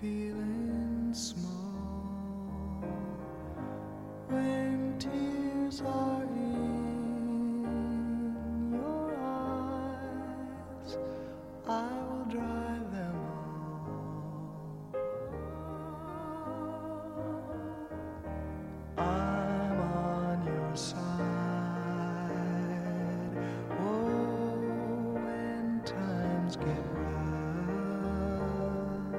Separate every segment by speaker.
Speaker 1: feeling small when tears are in your eyes. I will dry them all. I'm on your side. Oh, when times get rough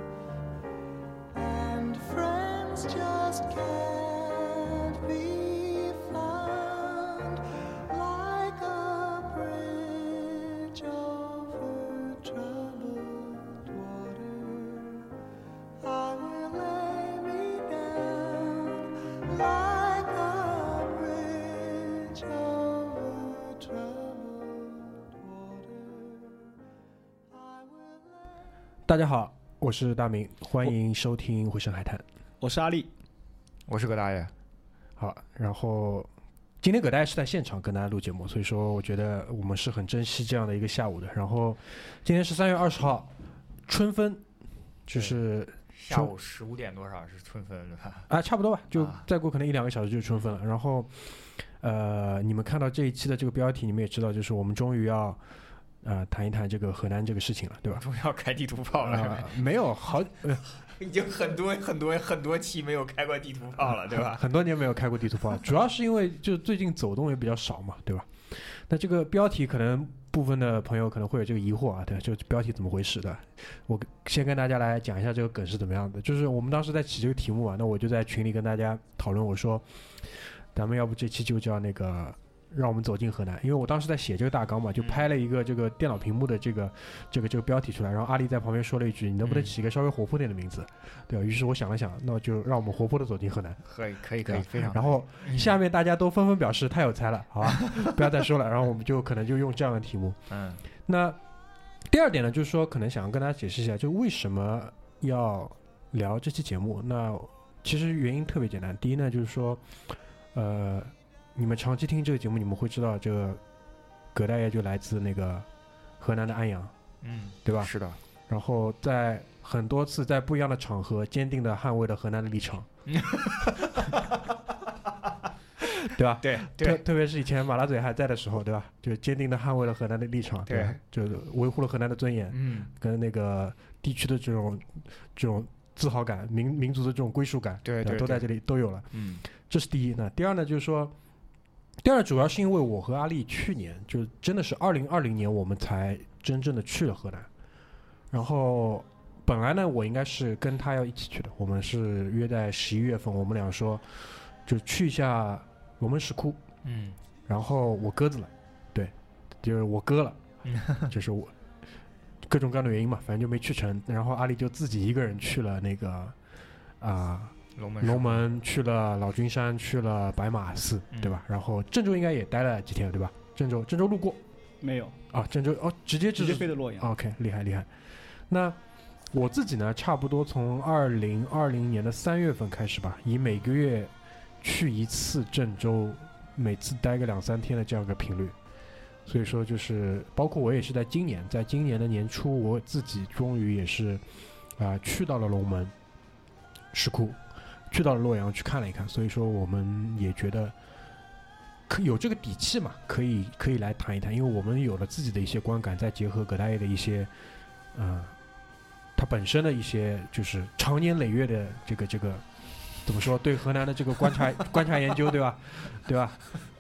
Speaker 1: and friends just can't be found like a bridge over troubled water. I will lay me down like a bridge over troubled water. I will lay.
Speaker 2: 大家好，我是大明，欢迎收听《回声海滩》。
Speaker 3: 我是阿力，
Speaker 4: 我是葛大爷，
Speaker 2: 好，然后今天葛大爷是在现场跟大家录节目，所以说我觉得我们是很珍惜这样的一个下午的。然后今天是三月二十号，春分，就是
Speaker 4: 下午十五点多少是春分对吧？
Speaker 2: 啊，差不多吧，就
Speaker 4: 啊
Speaker 2: 再过可能一两个小时就是春分了。然后，呃，你们看到这一期的这个标题，你们也知道，就是我们终于要呃谈一谈这个河南这个事情了，对吧？
Speaker 4: 终于要开地图炮了，是吧
Speaker 2: 呃没有好
Speaker 4: 已经很多很多很多期没有开过地图炮了，对吧？
Speaker 2: 很多年没有开过地图炮，主要是因为就最近走动也比较少嘛，对吧？那这个标题可能部分的朋友可能会有这个疑惑啊，对吧，就标题怎么回事的？我先跟大家来讲一下这个梗是怎么样的。就是我们当时在起这个题目啊，那我就在群里跟大家讨论，我说咱们要不这期就叫那个。让我们走进河南，因为我当时在写这个大纲嘛，就拍了一个这个电脑屏幕的这个这个这个标题出来，然后阿丽在旁边说了一句：“你能不能
Speaker 4: 嗯
Speaker 2: 起一个稍微活泼点的名字？”对吧？于是我想了想，那就让我们活泼的走进河南。
Speaker 4: 可以可以
Speaker 2: 对
Speaker 4: 可以，
Speaker 2: 啊
Speaker 4: 非常。
Speaker 2: 然后下面大家都纷纷表示太有才了，好吧，不要再说了。然后我们就可能就用这样的题目。
Speaker 4: 嗯
Speaker 2: 那第二点呢，就是说可能想要跟大家解释一下，就为什么要聊这期节目。那其实原因特别简单，第一呢就是说，呃，你们长期听这个节目，你们会知道这个葛大爷就来自那个河南的安阳，
Speaker 4: 嗯，
Speaker 2: 对吧？
Speaker 4: 是的，
Speaker 2: 然后在很多次在不一样的场合，坚定的捍卫了河南的立场，对吧？
Speaker 4: 对
Speaker 2: 特
Speaker 4: 对
Speaker 2: 特别是以前马拉嘴还在的时候，对吧？就坚定的捍卫了河南的立场，
Speaker 4: 对
Speaker 2: 吧，就是维护了河南的尊严，
Speaker 4: 嗯
Speaker 2: 跟那个地区的这种这种自豪感、民民族的这种归属感，
Speaker 4: 对
Speaker 2: 吧
Speaker 4: 对
Speaker 2: 都在
Speaker 4: 对
Speaker 2: 这里都有了。
Speaker 4: 嗯
Speaker 2: 这是第一。那第二呢，就是说，第二主要是因为我和阿丽去年就真的是二零二零年我们才真正的去了河南，然后本来呢我应该是跟他要一起去的，我们是约在十一月份，我们俩说就去一下龙门石窟，
Speaker 4: 嗯
Speaker 2: 然后我鸽子了，对，就是我鸽了，就是我各种各样的原因嘛，反正就没去成。然后阿丽就自己一个人去了那个啊。
Speaker 4: 龙门
Speaker 2: 龙门去了老君山，去了白马寺，
Speaker 4: 嗯
Speaker 2: 对吧？然后郑州应该也待了几天，对吧？郑州，郑州路过
Speaker 3: 没有，
Speaker 2: 啊，郑州哦，直接
Speaker 3: 直
Speaker 2: 直
Speaker 3: 接
Speaker 2: 接
Speaker 3: 飞的洛阳。
Speaker 2: OK，厉害厉害。那我自己呢，差不多从二零二零年的三月份开始吧，以每个月去一次郑州，每次待个两三天的这样一个频率。所以说，就是包括我也是在今年，在今年的年初，我自己终于也是啊、去到了龙门石窟，去到了洛阳去看了一看。所以说，我们也觉得可有这个底气嘛，可以可以来谈一谈，因为我们有了自己的一些观感，再结合葛大爷的一些，呃，他本身的一些就是长年累月的这个这个怎么说对河南的这个观察观察研究，对吧？对吧？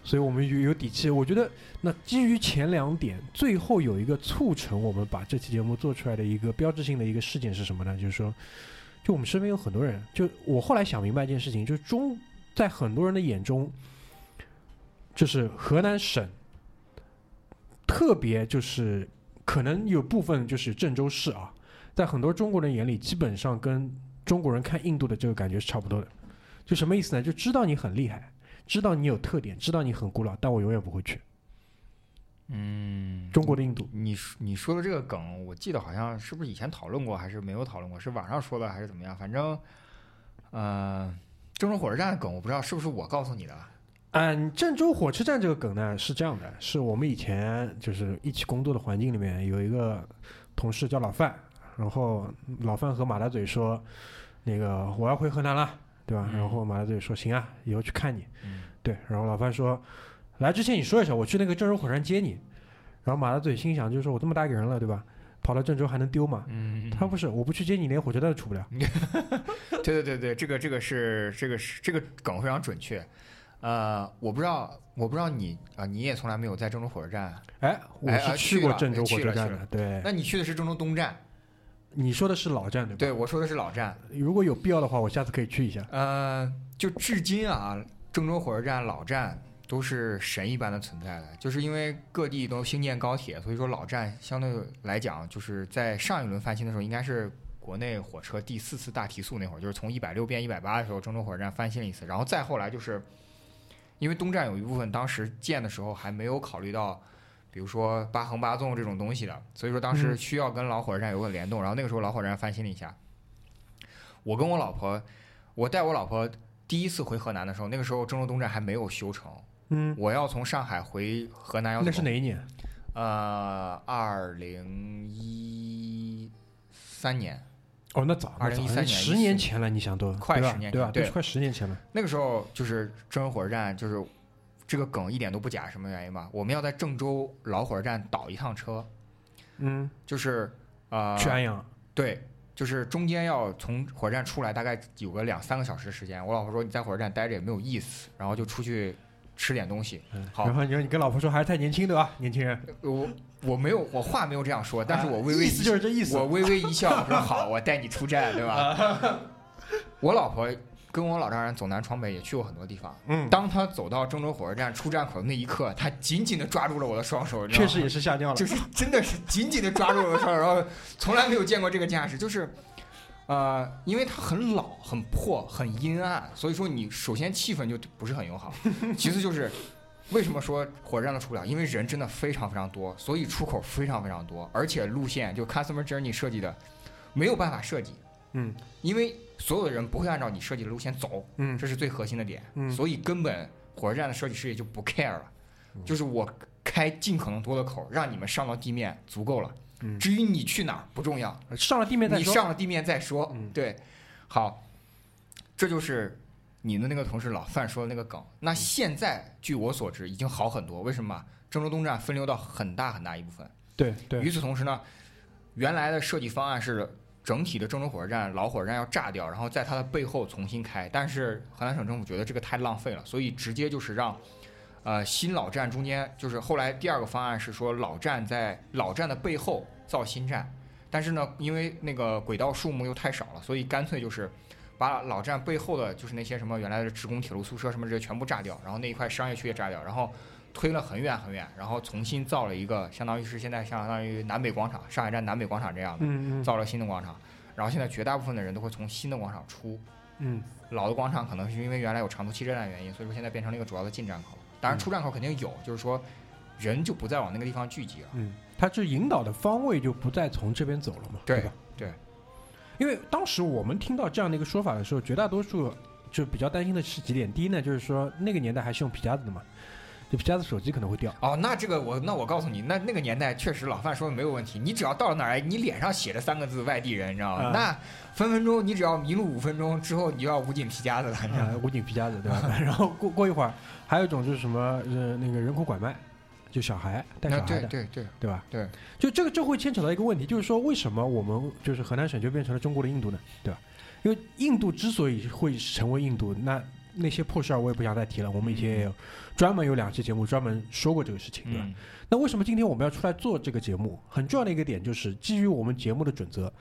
Speaker 2: 所以我们有有底气。我觉得那基于前两点，最后有一个促成我们把这期节目做出来的一个标志性的一个事件是什么呢？就是说，就我们身边有很多人，就我后来想明白一件事情，就是中在很多人的眼中。就是河南省，特别就是可能有部分就是郑州市啊，在很多中国人眼里，基本上跟中国人看印度的这个感觉是差不多的。就什么意思呢？就知道你很厉害，知道你有特点，知道你很古老，但我永远不会去
Speaker 4: 嗯，
Speaker 2: 中国的印度。
Speaker 4: 你说你说的这个梗，我记得好像是不是以前讨论过，还是没有讨论过？是网上说的还是怎么样？反正，呃，郑州火车站的梗，我不知道是不是我告诉你的。啊
Speaker 2: 嗯，郑州火车站这个梗呢是这样的，是我们以前就是一起工作的环境里面有一个同事叫老范，然后老范和马大嘴说，那个我要回河南了，对吧？
Speaker 4: 嗯
Speaker 2: 然后马大嘴说行啊，以后去看你。
Speaker 4: 嗯
Speaker 2: 对，然后老范说，来之前你说一声，我去那个郑州火车站接你。然后马大嘴心想，就是说我这么大一个人了，对吧？跑到郑州还能丢吗？
Speaker 4: 嗯，
Speaker 2: 他不是，我不去接你，连火车站都出不了。
Speaker 4: 对 对对对，这个这个是这个是这个梗非常准确。呃，我不知道，我不知道你啊、你也从来没有在郑州火车站，
Speaker 2: 哎，我
Speaker 4: 哎啊
Speaker 2: 是去
Speaker 4: 去
Speaker 2: 过
Speaker 4: 了
Speaker 2: 郑州火
Speaker 4: 去
Speaker 2: 车
Speaker 4: 了
Speaker 2: 站
Speaker 4: 去
Speaker 2: 的。对，
Speaker 4: 那你去的是郑州东站，
Speaker 2: 你说的是老站对吧？
Speaker 4: 对我说的是老站。
Speaker 2: 如果有必要的话，我下次可以去一下。
Speaker 4: 呃，就至今啊，郑州火车站老站都是神一般的存在的，就是因为各地都兴建高铁，所以说老站相对来讲，就是在上一轮翻新的时候，应该是国内火车第四次大提速那会儿，就是从一百六变一百八的时候，郑州火车站翻新了一次，然后再后来就是因为东站有一部分当时建的时候还没有考虑到。比如说八横八纵这种东西的，所以说当时
Speaker 2: 嗯
Speaker 4: 需要跟老火车站有个联动，然后那个时候老火车站翻新了一下。我跟我老婆我带我老婆第一次回河南的时候，那个时候郑州东站还没有修成，
Speaker 2: 嗯，
Speaker 4: 我要从上海回河南要
Speaker 2: 那是
Speaker 4: 怎么？
Speaker 2: 哪一年？
Speaker 4: 呃，二零一三年，
Speaker 2: 哦，那早，那早
Speaker 4: 2013年
Speaker 2: 十年前了，你想多，
Speaker 4: 快
Speaker 2: 对吧
Speaker 4: 10年前
Speaker 2: 对吧？
Speaker 4: 对
Speaker 2: 都快十年前了。
Speaker 4: 那个时候就是郑州火车站，就是这个梗一点都不假，什么原因吧？我们要在郑州老火车站倒一趟车，
Speaker 2: 嗯，
Speaker 4: 就是呃，
Speaker 2: 去安阳。
Speaker 4: 对，就是中间要从火车站出来，大概有个两三个小时的时间。我老婆说你在火车站待着也没有意思，然后就出去吃点东西。
Speaker 2: 嗯
Speaker 4: 好
Speaker 2: 然后你说你跟老婆说还是太年轻，对吧？年轻人，
Speaker 4: 我我没有，我话没有这样说，但是我微
Speaker 2: 啊
Speaker 4: 微
Speaker 2: 意
Speaker 4: 一
Speaker 2: 思就是这意思
Speaker 4: 我。微微一笑，我说好，我带你出站，对吧？ 我老婆跟我老丈人走南闯北，也去过很多地方。
Speaker 2: 嗯，
Speaker 4: 当她走到郑州火车站出站口那一刻，她紧紧地抓住了我的双手，你知道
Speaker 2: 确
Speaker 4: 吗
Speaker 2: 实也是吓尿了
Speaker 4: 就。是真的是紧紧地抓住了我的双手，然后从来没有见过这个架势，就是。呃，因为它很老、很破、很阴暗，所以说你首先气氛就不是很友好， 其次就是为什么说火车站都出不了，因为人真的非常非常多，所以出口非常非常多，而且路线就 customer journey 设计的没有办法设计，
Speaker 2: 嗯，
Speaker 4: 因为所有的人不会按照你设计的路线走，
Speaker 2: 嗯
Speaker 4: 这是最核心的点，
Speaker 2: 嗯
Speaker 4: 所以根本火车站的设计师也就不 care 了，
Speaker 2: 嗯
Speaker 4: 就是我开尽可能多的口，让你们上到地面足够了，
Speaker 2: 嗯
Speaker 4: 至于你去哪儿不重要，
Speaker 2: 上了地面再
Speaker 4: 你
Speaker 2: 说。
Speaker 4: 上了地面再说，
Speaker 2: 嗯
Speaker 4: 对，好，这就是你的那个同事老范说的那个梗。那
Speaker 2: 嗯
Speaker 4: 现在据我所知已经好很多，为什么啊？郑州东站分流到很大很大一部分，
Speaker 2: 对对
Speaker 4: 与，此同时呢，原来的设计方案是整体的郑州火车站、老火车站要炸掉，然后在它的背后重新开。但是河南省政府觉得这个太浪费了，所以直接就是让，呃，新老站中间就是后来第二个方案是说老站在老站的背后造新站，但是呢，因为那个轨道数目又太少了，所以干脆就是。把老站背后的就是那些什么原来的职工铁路宿舍什么这些全部炸掉，然后那一块商业区也炸掉，然后推了很远很远，然后重新造了一个，相当于是现在相当于南北广场、上海站南北广场这样的，
Speaker 2: 嗯嗯
Speaker 4: 造了新的广场。然后现在绝大部分的人都会从新的广场出，
Speaker 2: 嗯
Speaker 4: 老的广场可能是因为原来有长途汽车站的原因，所以说现在变成了一个主要的进站口。当
Speaker 2: 嗯
Speaker 4: 然出站口肯定有，就是说人就不再往那个地方聚集了。
Speaker 2: 嗯，他就引导的方位就不再从这边走了嘛，
Speaker 4: 对
Speaker 2: 吧？
Speaker 4: 对，
Speaker 2: 因为当时我们听到这样的一个说法的时候，绝大多数就比较担心的是几点：第一呢，就是说那个年代还是用皮夹子的嘛，就皮夹子手机可能会 掉。
Speaker 4: 哦，那这个我那我告诉你，那那个年代确实老范说的没有问题，你只要到了哪儿，你脸上写着三个字“外地人”，你知道吗？
Speaker 2: 啊
Speaker 4: 那分分钟你只要迷路五分钟之后，你就要捂紧皮夹子了，你知道吗？
Speaker 2: 呃，武警皮夹子对 吧？然后过过一会儿，还有一种就是什么呃那个人口拐卖，就小孩带小孩
Speaker 4: 那嗯啊对
Speaker 2: 的，
Speaker 4: 对对，
Speaker 2: 对吧？
Speaker 4: 对，
Speaker 2: 就这个就会牵扯到一个问题，就是说为什么我们就是河南省就变成了中国的印度呢？对吧？因为印度之所以会成为印度，那那些破事儿我也不想再提了。我们以前也有专门有两期节目专门说过这个事情，对吧？
Speaker 4: 嗯
Speaker 2: 那为什么今天我们要出来做这个节目？很重要的一个点就是基于我们节目的准则，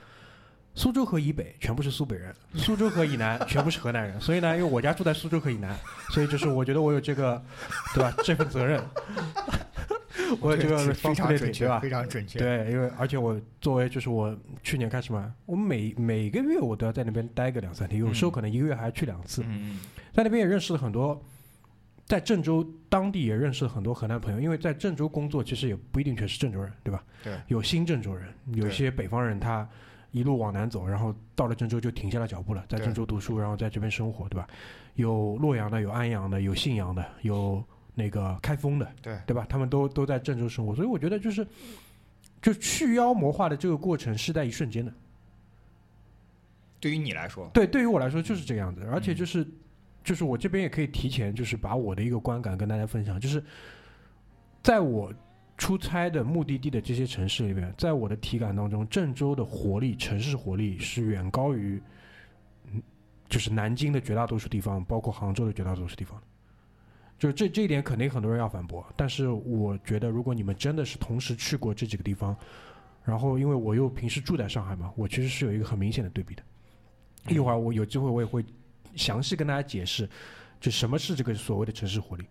Speaker 2: 苏州河以北全部是苏北人，苏州河以南全部是河南人。所以呢，因为我家住在苏州河以南，所以就是我觉得我有这个，对吧？这份责任， 我有这个
Speaker 4: 对非常
Speaker 2: responsibility，
Speaker 4: 准
Speaker 2: 对
Speaker 4: 确，
Speaker 2: 吧？
Speaker 4: 非常准确。
Speaker 2: 对，因为而且我作为就是我去年开始嘛，我每每个月我都要在那边待个两三天，有时候
Speaker 4: 嗯
Speaker 2: 可能一个月还去两次。
Speaker 4: 嗯，
Speaker 2: 在那边也认识了很多，在郑州当地也认识了很多河南朋友，因为在郑州工作其实也不一定全是郑州人，对吧？
Speaker 4: 对，
Speaker 2: 有新郑州人，有一些北方人他一路往南走，然后到了郑州就停下了脚步了，在
Speaker 4: 对
Speaker 2: 郑州读书，然后在这边生活，对吧？有洛阳的，有安阳的，有信阳的，有那个开封的，
Speaker 4: 对
Speaker 2: 对吧？他们都都在郑州生活，所以我觉得就是就去妖魔化的这个过程是在一瞬间的，
Speaker 4: 对于你来说，
Speaker 2: 对，对于我来说就是这个样子，而且就是，就是我这边也可以提前就是把我的一个观感跟大家分享，就是在我出差的目的地的这些城市里面，在我的体感当中，郑州的活力、城市活力是远高于，嗯，就是南京的绝大多数地方，包括杭州的绝大多数地方。就这这一点，肯定很多人要反驳，但是我觉得，如果你们真的是同时去过这几个地方，然后因为我又平时住在上海嘛，我其实是有一个很明显的对比的。一会儿我有机会我也会详细跟大家解释，就什么是这个所谓的城市活力，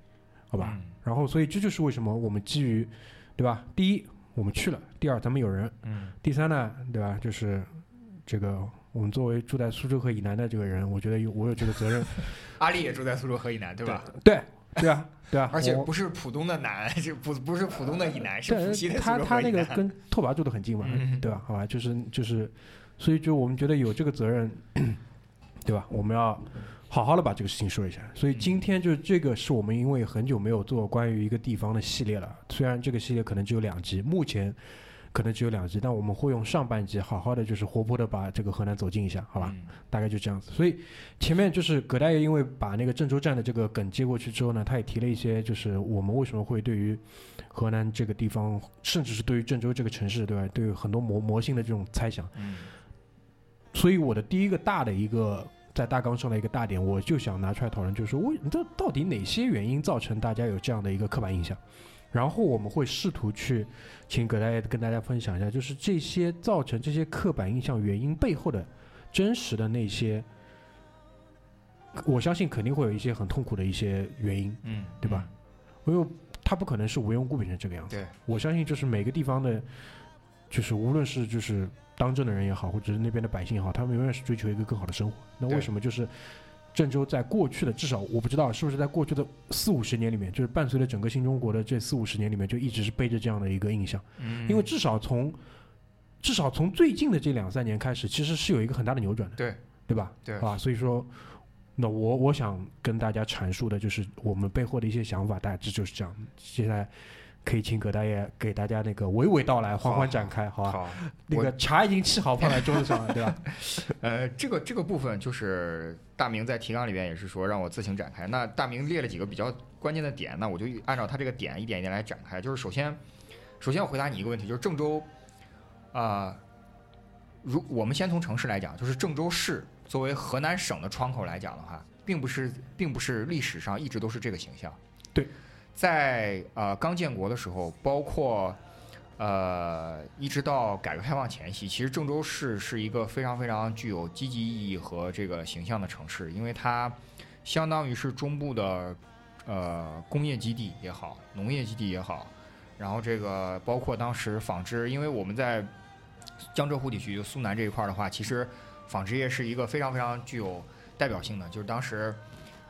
Speaker 2: 好
Speaker 4: 好
Speaker 2: 吧？？然后所以这就是为什么我们基于，对吧？第一，我们去了；第二，咱们有人；
Speaker 4: 嗯
Speaker 2: 第三呢，对吧？就是这个我们作为住在苏州河以南的这个人，我觉得有我有这个责任，
Speaker 4: 阿丽也住在苏州河以南，对吧？
Speaker 2: 对对啊对啊，
Speaker 4: 而且
Speaker 2: 我
Speaker 4: 不是浦东的南， 是不不是浦东的以南，是浦西
Speaker 2: 对
Speaker 4: 的
Speaker 2: 他
Speaker 4: 苏州
Speaker 2: 他
Speaker 4: 河以
Speaker 2: 那个
Speaker 4: 南。
Speaker 2: 跟拓跋住的很近嘛，
Speaker 4: 嗯
Speaker 2: 对吧？好吧，就是就是，所以就我们觉得有这个责任，对吧？我们要好好的把这个事情说一下。所以
Speaker 4: 嗯
Speaker 2: 今天就是这个是我们因为很久没有做关于一个地方的系列了，虽然这个系列可能只有两集，目前可能只有两集，但我们会用上半集好好的就是活泼的把这个河南走进一下，好吧？
Speaker 4: 嗯
Speaker 2: 大概就这样子。所以前面就是葛大爷因为把那个郑州站的这个梗接过去之后呢，他也提了一些，就是我们为什么会对于河南这个地方，甚至是对于郑州这个城市，对吧？对于很多魔魔性的这种猜想。
Speaker 4: 嗯
Speaker 2: 所以我的第一个大的一个在大纲上的一个大点，我就想拿出来讨论，就是说为这到底哪些原因造成大家有这样的一个刻板印象？然后我们会试图去请葛大爷跟大家分享一下，就是这些造成这些刻板印象原因背后的真实的那些，我相信肯定会有一些很痛苦的一些原因，
Speaker 4: 嗯，
Speaker 2: 对吧？因为它不可能是无缘无故变成这个样子。
Speaker 4: 对，
Speaker 2: 我相信就是每个地方的，就是无论是就是当政的人也好，或者是那边的百姓也好，他们永远是追求一个更好的生活。那为
Speaker 4: 对
Speaker 2: 什么就是郑州在过去的至少我不知道是不是在过去的四五十年里面，就是伴随着整个新中国的这四五十年里面，就一直是背着这样的一个印象。
Speaker 4: 嗯，
Speaker 2: 因为至少从至少从最近的这两三年开始，其实是有一个很大的扭转的，
Speaker 4: 对
Speaker 2: 对吧？
Speaker 4: 对
Speaker 2: 啊，所以说，那我我想跟大家阐述的就是我们背后的一些想法，大致就是这样。现在可以请葛大爷给大家那个娓娓道来，缓缓展开，好吧？
Speaker 4: 好，
Speaker 2: 那个茶已经沏好放在桌子上 了，对吧？
Speaker 4: 呃，这个这个部分就是大明在提纲里边也是说让我自行展开。那大明列了几个比较关键的点，那我就按照他这个点一点一点来展开。就是首先，首先我回答你一个问题，就是郑州，啊、如我们先从城市来讲，就是郑州市作为河南省的窗口来讲的话，并不是并不是历史上一直都是这个形象。
Speaker 2: 对，
Speaker 4: 在呃刚建国的时候，包括呃，一直到改革开放前夕，其实郑州市是一个非常非常具有积极意义和这个形象的城市，因为它相当于是中部的呃工业基地也好，农业基地也好，然后这个包括当时纺织，因为我们在江浙沪地区，就苏南这一块儿的话，其实纺织业是一个非常非常具有代表性的，就是当时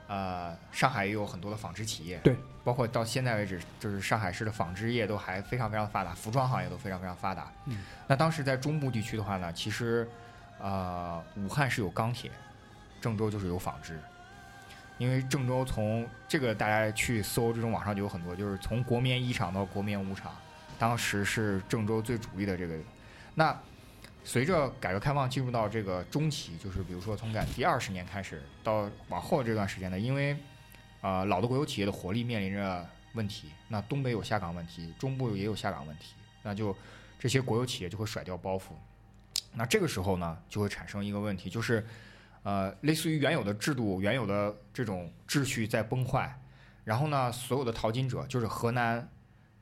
Speaker 4: 呃上海也有很多的纺织企业，
Speaker 2: 对，
Speaker 4: 包括到现在为止，就是上海市的纺织业都还非常非常发达，服装行业都非常非常发达。
Speaker 2: 嗯，
Speaker 4: 那当时在中部地区的话呢，其实呃武汉是有钢铁，郑州就是有纺织。因为郑州从这个大家去搜这种网上就有很多，就是从国棉一厂到国棉五厂，当时是郑州最主力的这个。那随着改革开放进入到这个中期，就是比如说从改第二十年开始到往后这段时间呢，因为呃老的国有企业的活力面临着问题，那东北有下岗问题，中部也有下岗问题，那就这些国有企业就会甩掉包袱。那这个时候呢，就会产生一个问题，就是呃，类似于原有的制度、原有的这种秩序在崩坏，然后呢，所有的淘金者，就是河南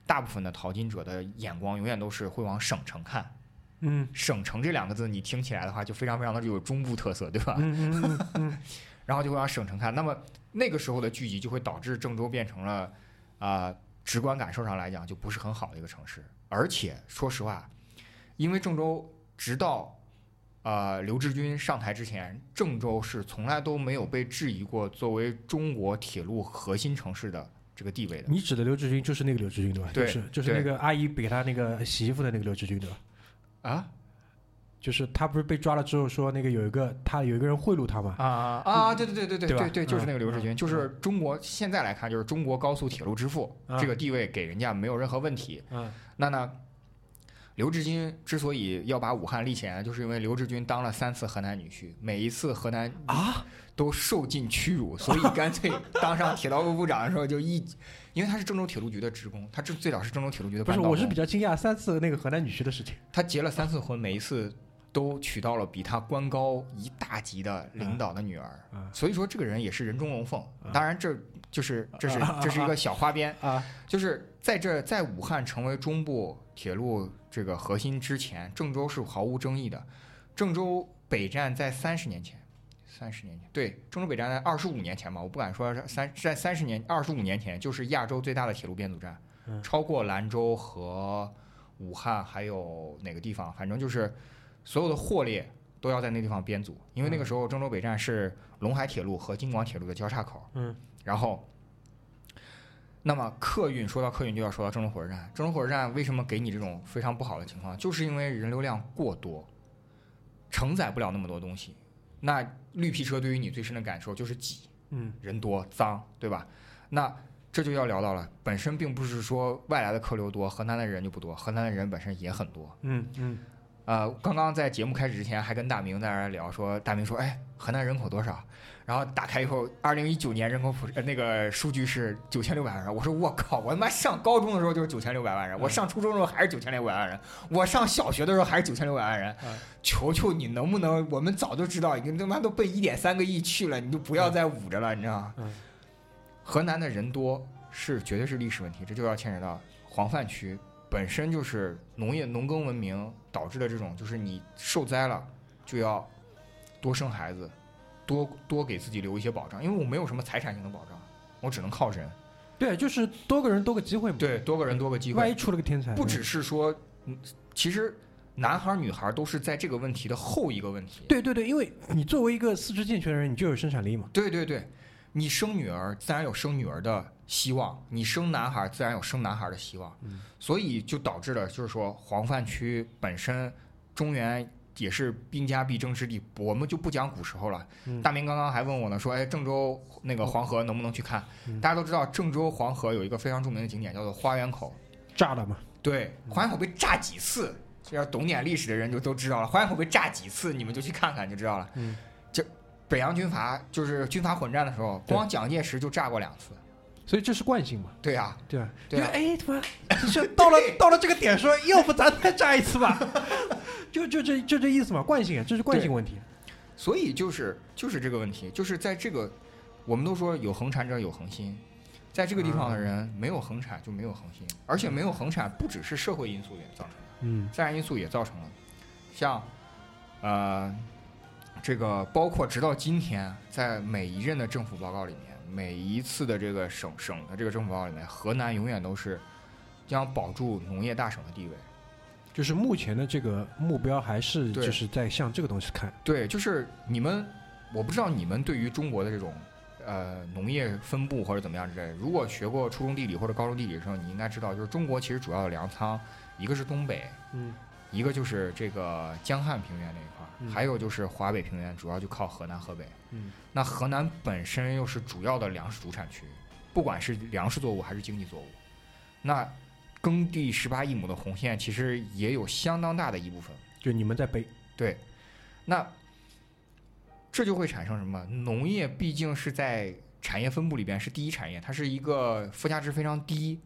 Speaker 4: 大部分的淘金者的眼光永远都是会往省城看。
Speaker 2: 嗯
Speaker 4: 省城这两个字，你听起来的话就非常非常的有中部特色，对吧？
Speaker 2: 嗯嗯嗯 嗯，
Speaker 4: 然后就会往省城看。那么那个时候的聚集就会导致郑州变成了，啊、直观感受上来讲就不是很好的一个城市。而且说实话，因为郑州直到呃刘志军上台之前，郑州是从来都没有被质疑过作为中国铁路核心城市的这个地位的。
Speaker 2: 你指的刘志军就是那个刘志军对吧？
Speaker 4: 对
Speaker 2: 就是就是那个阿姨给他那个洗衣服的那个刘志军对吧？嗯
Speaker 4: 啊
Speaker 2: 就是他不是被抓了之后说那个有一个他有一个人贿赂他嘛？
Speaker 4: 啊啊！对对对对对
Speaker 2: 对吧
Speaker 4: 对对，就是那个刘志
Speaker 2: 嗯
Speaker 4: 军，
Speaker 2: 嗯
Speaker 4: 就是中国现在来看，就是中国高速铁路之父
Speaker 2: 啊
Speaker 4: 这个地位给人家没有任何问题。
Speaker 2: 嗯
Speaker 4: 那呢，刘志军之所以要把武汉立起来，就是因为刘志军当了三次河南女婿，每一次河南
Speaker 2: 啊
Speaker 4: 都受尽屈辱，所以 干脆当上铁道部部长的时候就一，因为他是郑州铁路局的职工，他最最早是郑州铁路局的
Speaker 2: 不
Speaker 4: 班
Speaker 2: 是，
Speaker 4: 道工。
Speaker 2: 我是比较惊讶三次那个河南女婿的事情。
Speaker 4: 他结了三次婚，每一次都娶到了比他官高一大级的领导的女儿，
Speaker 2: 啊
Speaker 4: 所以说这个人也是人中龙凤
Speaker 2: 啊。
Speaker 4: 当然这。就是这是
Speaker 2: 啊
Speaker 4: 这是一个小花边，
Speaker 2: 啊，
Speaker 4: 就是在这在武汉成为中部铁路这个核心之前，郑州是毫无争议的。郑州北站在三十年前，三十年前，对，郑州北站在二十五年前吧，我不敢说是三在三十年二十五年前，就是亚洲最大的铁路编组站，
Speaker 2: 嗯
Speaker 4: 超过兰州和武汉，还有哪个地方，反正就是所有的货列都要在那地方编组，因为那个时候郑州北站是陇海铁路和京广铁路的交叉口。
Speaker 2: 嗯，
Speaker 4: 然后，那么客运说到客运就要说到郑州火车站。郑州火车站为什么给你这种非常不好的情况，就是因为人流量过多，承载不了那么多东西。那绿皮车对于你最深的感受就是挤，
Speaker 2: 嗯，
Speaker 4: 人多脏，对吧？那这就要聊到了，本身并不是说外来的客流多，河南的人就不多，河南的人本身也很多。
Speaker 2: 嗯嗯，
Speaker 4: 呃，刚刚在节目开始之前还跟大明在那儿聊，说大明说，哎，河南人口多少？然后打开以后，二零一九年人口普、呃、那个数据是九千六百万人。我说我靠，我他妈上高中的时候就是九千六百万人，
Speaker 2: 嗯
Speaker 4: 我上初中的时候还是九千六百万人，我上小学的时候还是九千六百万人
Speaker 2: 嗯。
Speaker 4: 求求你能不能，我们早就知道，已经他妈都被一点三个亿去了，你就不要再捂着了，你知道吗
Speaker 2: 嗯？
Speaker 4: 河南的人多是绝对是历史问题，这就要牵扯到黄泛区本身就是农业农耕文明导致的这种，就是你受灾了就要多生孩子，多多给自己留一些保障，因为我没有什么财产性的保障，我只能靠人。
Speaker 2: 对，就是多个人多个机会嘛。，
Speaker 4: 对，多个人多个机
Speaker 2: 万
Speaker 4: 会
Speaker 2: 一，出了个天才，
Speaker 4: 不只是说，嗯其实男孩儿女孩儿都是在这个问题的后一个问题。
Speaker 2: 对对对，因为你作为一个四肢健全的人，你就有生产力嘛。
Speaker 4: 对对对，你生女儿自然有生女儿的希望，你生男孩自然有生男孩的希望，
Speaker 2: 嗯
Speaker 4: 所以就导致了就是说黄泛区本身中原。也是兵家必争之地，我们就不讲古时候了。
Speaker 2: 嗯
Speaker 4: 大明刚刚还问我呢，说：“哎，郑州那个黄河能不能去看？”
Speaker 2: 嗯
Speaker 4: 大家都知道，郑州黄河有一个非常著名的景点，叫做花园口。
Speaker 2: 炸了嘛，
Speaker 4: 对，
Speaker 2: 嗯
Speaker 4: 花园口被炸几次，这要懂点历史的人就都知道了。花园口被炸几次，你们就去看看就知道了。
Speaker 2: 嗯，
Speaker 4: 这北洋军阀就是军阀混战的时候，
Speaker 2: 对
Speaker 4: 光蒋介石就炸过两次。
Speaker 2: 所以这是惯性嘛，
Speaker 4: 对啊，
Speaker 2: 对吧？
Speaker 4: 对啊
Speaker 2: 就哎他妈，这到了到了这个点说，要不咱再炸一次吧？ 就就这就这意思嘛，惯性啊，这是惯性问题。
Speaker 4: 所以就是就是这个问题，就是在这个我们都说有恒产者有恒心，在这个地
Speaker 2: 嗯
Speaker 4: 方的人没有恒产就没有恒心，而且没有恒产不只是社会因素也造成的。
Speaker 2: 嗯
Speaker 4: 自然因素也造成了，像呃这个包括直到今天，在每一任的政府报告里面，每一次的这个省省的这个政府报告里面，河南永远都是将保住农业大省的地位。
Speaker 2: 就是目前的这个目标还是
Speaker 4: 对
Speaker 2: 就是在向这个东西看，
Speaker 4: 对，就是你们，我不知道你们对于中国的这种呃农业分布或者怎么样之类的，如果学过初中地理或者高中地理的时候，你应该知道，就是中国其实主要的粮仓，一个是东北，
Speaker 2: 嗯，
Speaker 4: 一个就是这个江汉平原那一块儿，
Speaker 2: 嗯
Speaker 4: 还有就是华北平原，主要就靠河南、河北。
Speaker 2: 嗯，
Speaker 4: 那河南本身又是主要的粮食主产区，不管是粮食作物还是经济作物，那耕地十八亿亩的红线其实也有相当大的一部分。
Speaker 2: 就你们在背，
Speaker 4: 对，那这就会产生什么？农业毕竟是在产业分布里边是第一产业，它是一个附加值非常低，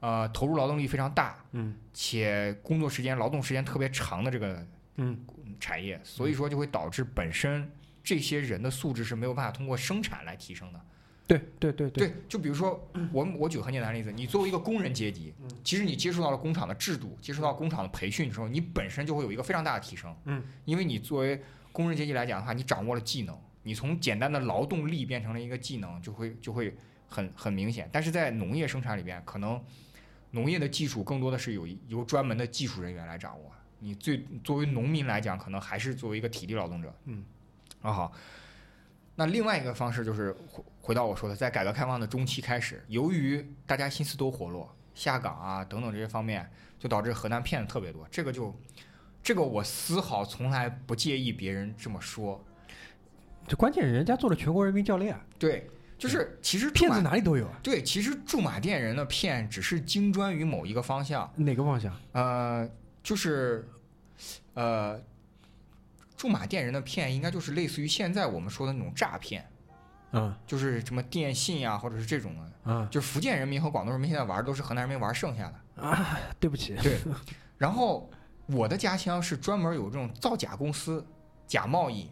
Speaker 4: 呃，投入劳动力非常大，
Speaker 2: 嗯
Speaker 4: 且工作时间、劳动时间特别长的这个
Speaker 2: 嗯
Speaker 4: 产业，所以说就会导致本身这些人的素质是没有办法通过生产来提升的。
Speaker 2: 对对对对，
Speaker 4: 对，就比如说我们我举个很简单的例子，你作为一个工人阶级，
Speaker 2: 嗯
Speaker 4: 其实你接触到了工厂的制度，接触到工厂的培训之后，你本身就会有一个非常大的提升。
Speaker 2: 嗯，
Speaker 4: 因为你作为工人阶级来讲的话，你掌握了技能，你从简单的劳动力变成了一个技能，就会就会很很明显。但是在农业生产里边，可能农业的技术更多的是有一由专门的技术人员来掌握。你最作为农民来讲，可能还是作为一个体力劳动者。
Speaker 2: 嗯，
Speaker 4: 啊好。那另外一个方式就是回回到我说的，在改革开放的中期开始，由于大家心思都活络，下岗啊等等这些方面，就导致河南骗子特别多。这个就，这个我丝毫从来不介意别人这么说。
Speaker 2: 这关键人家做了全国人民教练啊，
Speaker 4: 对，就是其实驻
Speaker 2: 骗
Speaker 4: 马
Speaker 2: 子哪里都有啊，
Speaker 4: 对，其实驻马店人的骗只是精专于某一个方向，
Speaker 2: 哪个方向？
Speaker 4: 呃，就是呃，驻马店人的骗应该就是类似于现在我们说的那种诈骗，
Speaker 2: 嗯
Speaker 4: 就是什么电信呀、或者是这种的。
Speaker 2: 啊
Speaker 4: 就是福建人民和广东人民现在玩的都是河南人民玩剩下的。
Speaker 2: 啊，对不起，
Speaker 4: 对， 然后我的家乡是专门有这种造假公司、假贸易，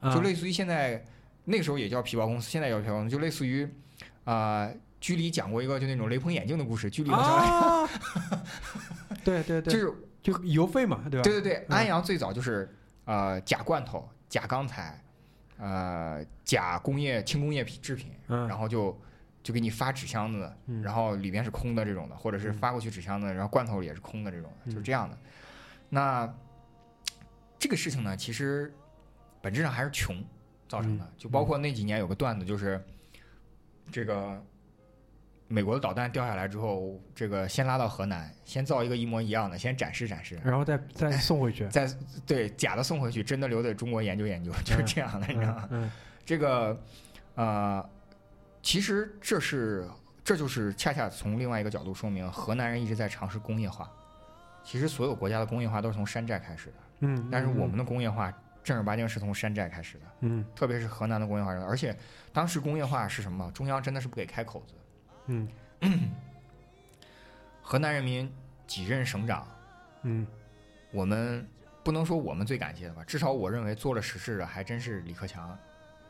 Speaker 2: 啊
Speaker 4: 就类似于现在那个时候也叫皮包公司，现在也叫皮包公司，就类似于啊。呃居里讲过一个就那种雷朋眼镜的故事，居里好像、
Speaker 2: 啊，对对
Speaker 4: 就
Speaker 2: 对，
Speaker 4: 是
Speaker 2: 就邮费嘛，对吧？
Speaker 4: 对对对，
Speaker 2: 嗯
Speaker 4: 安阳最早就是呃假罐头、假钢材、呃假工业轻工业品制品，
Speaker 2: 嗯
Speaker 4: 然后就就给你发纸箱子，
Speaker 2: 嗯
Speaker 4: 然后里面是空的这种的，或者是
Speaker 2: 嗯
Speaker 4: 发过去纸箱子，然后罐头里也是空的这种的，
Speaker 2: 嗯
Speaker 4: 就是这样的。那这个事情呢，其实本质上还是穷造成
Speaker 2: 嗯
Speaker 4: 的，就包括那几年有个段子，就是这个美国的导弹掉下来之后，这个先拉到河南，先造一个一模一样的，先展示展示，
Speaker 2: 然后再再送回 去，
Speaker 4: 再对假的送回去，真的留在中国研究研究，就是这样的，你知道吗？
Speaker 2: 嗯
Speaker 4: 这个呃，其实这是这就是恰恰从另外一个角度说明，河南人一直在尝试工业化。其实所有国家的工业化都是从山寨开始的，
Speaker 2: 嗯，
Speaker 4: 但是我们的工业化正儿八经是从山寨开始的，
Speaker 2: 嗯
Speaker 4: 特别是河南的工业化。而且当时工业化是什么？中央真的是不给开口子，
Speaker 2: 嗯
Speaker 4: 河南人民几任省长，
Speaker 2: 嗯
Speaker 4: 我们不能说我们最感谢的吧，至少我认为做了实事的还真是李克强。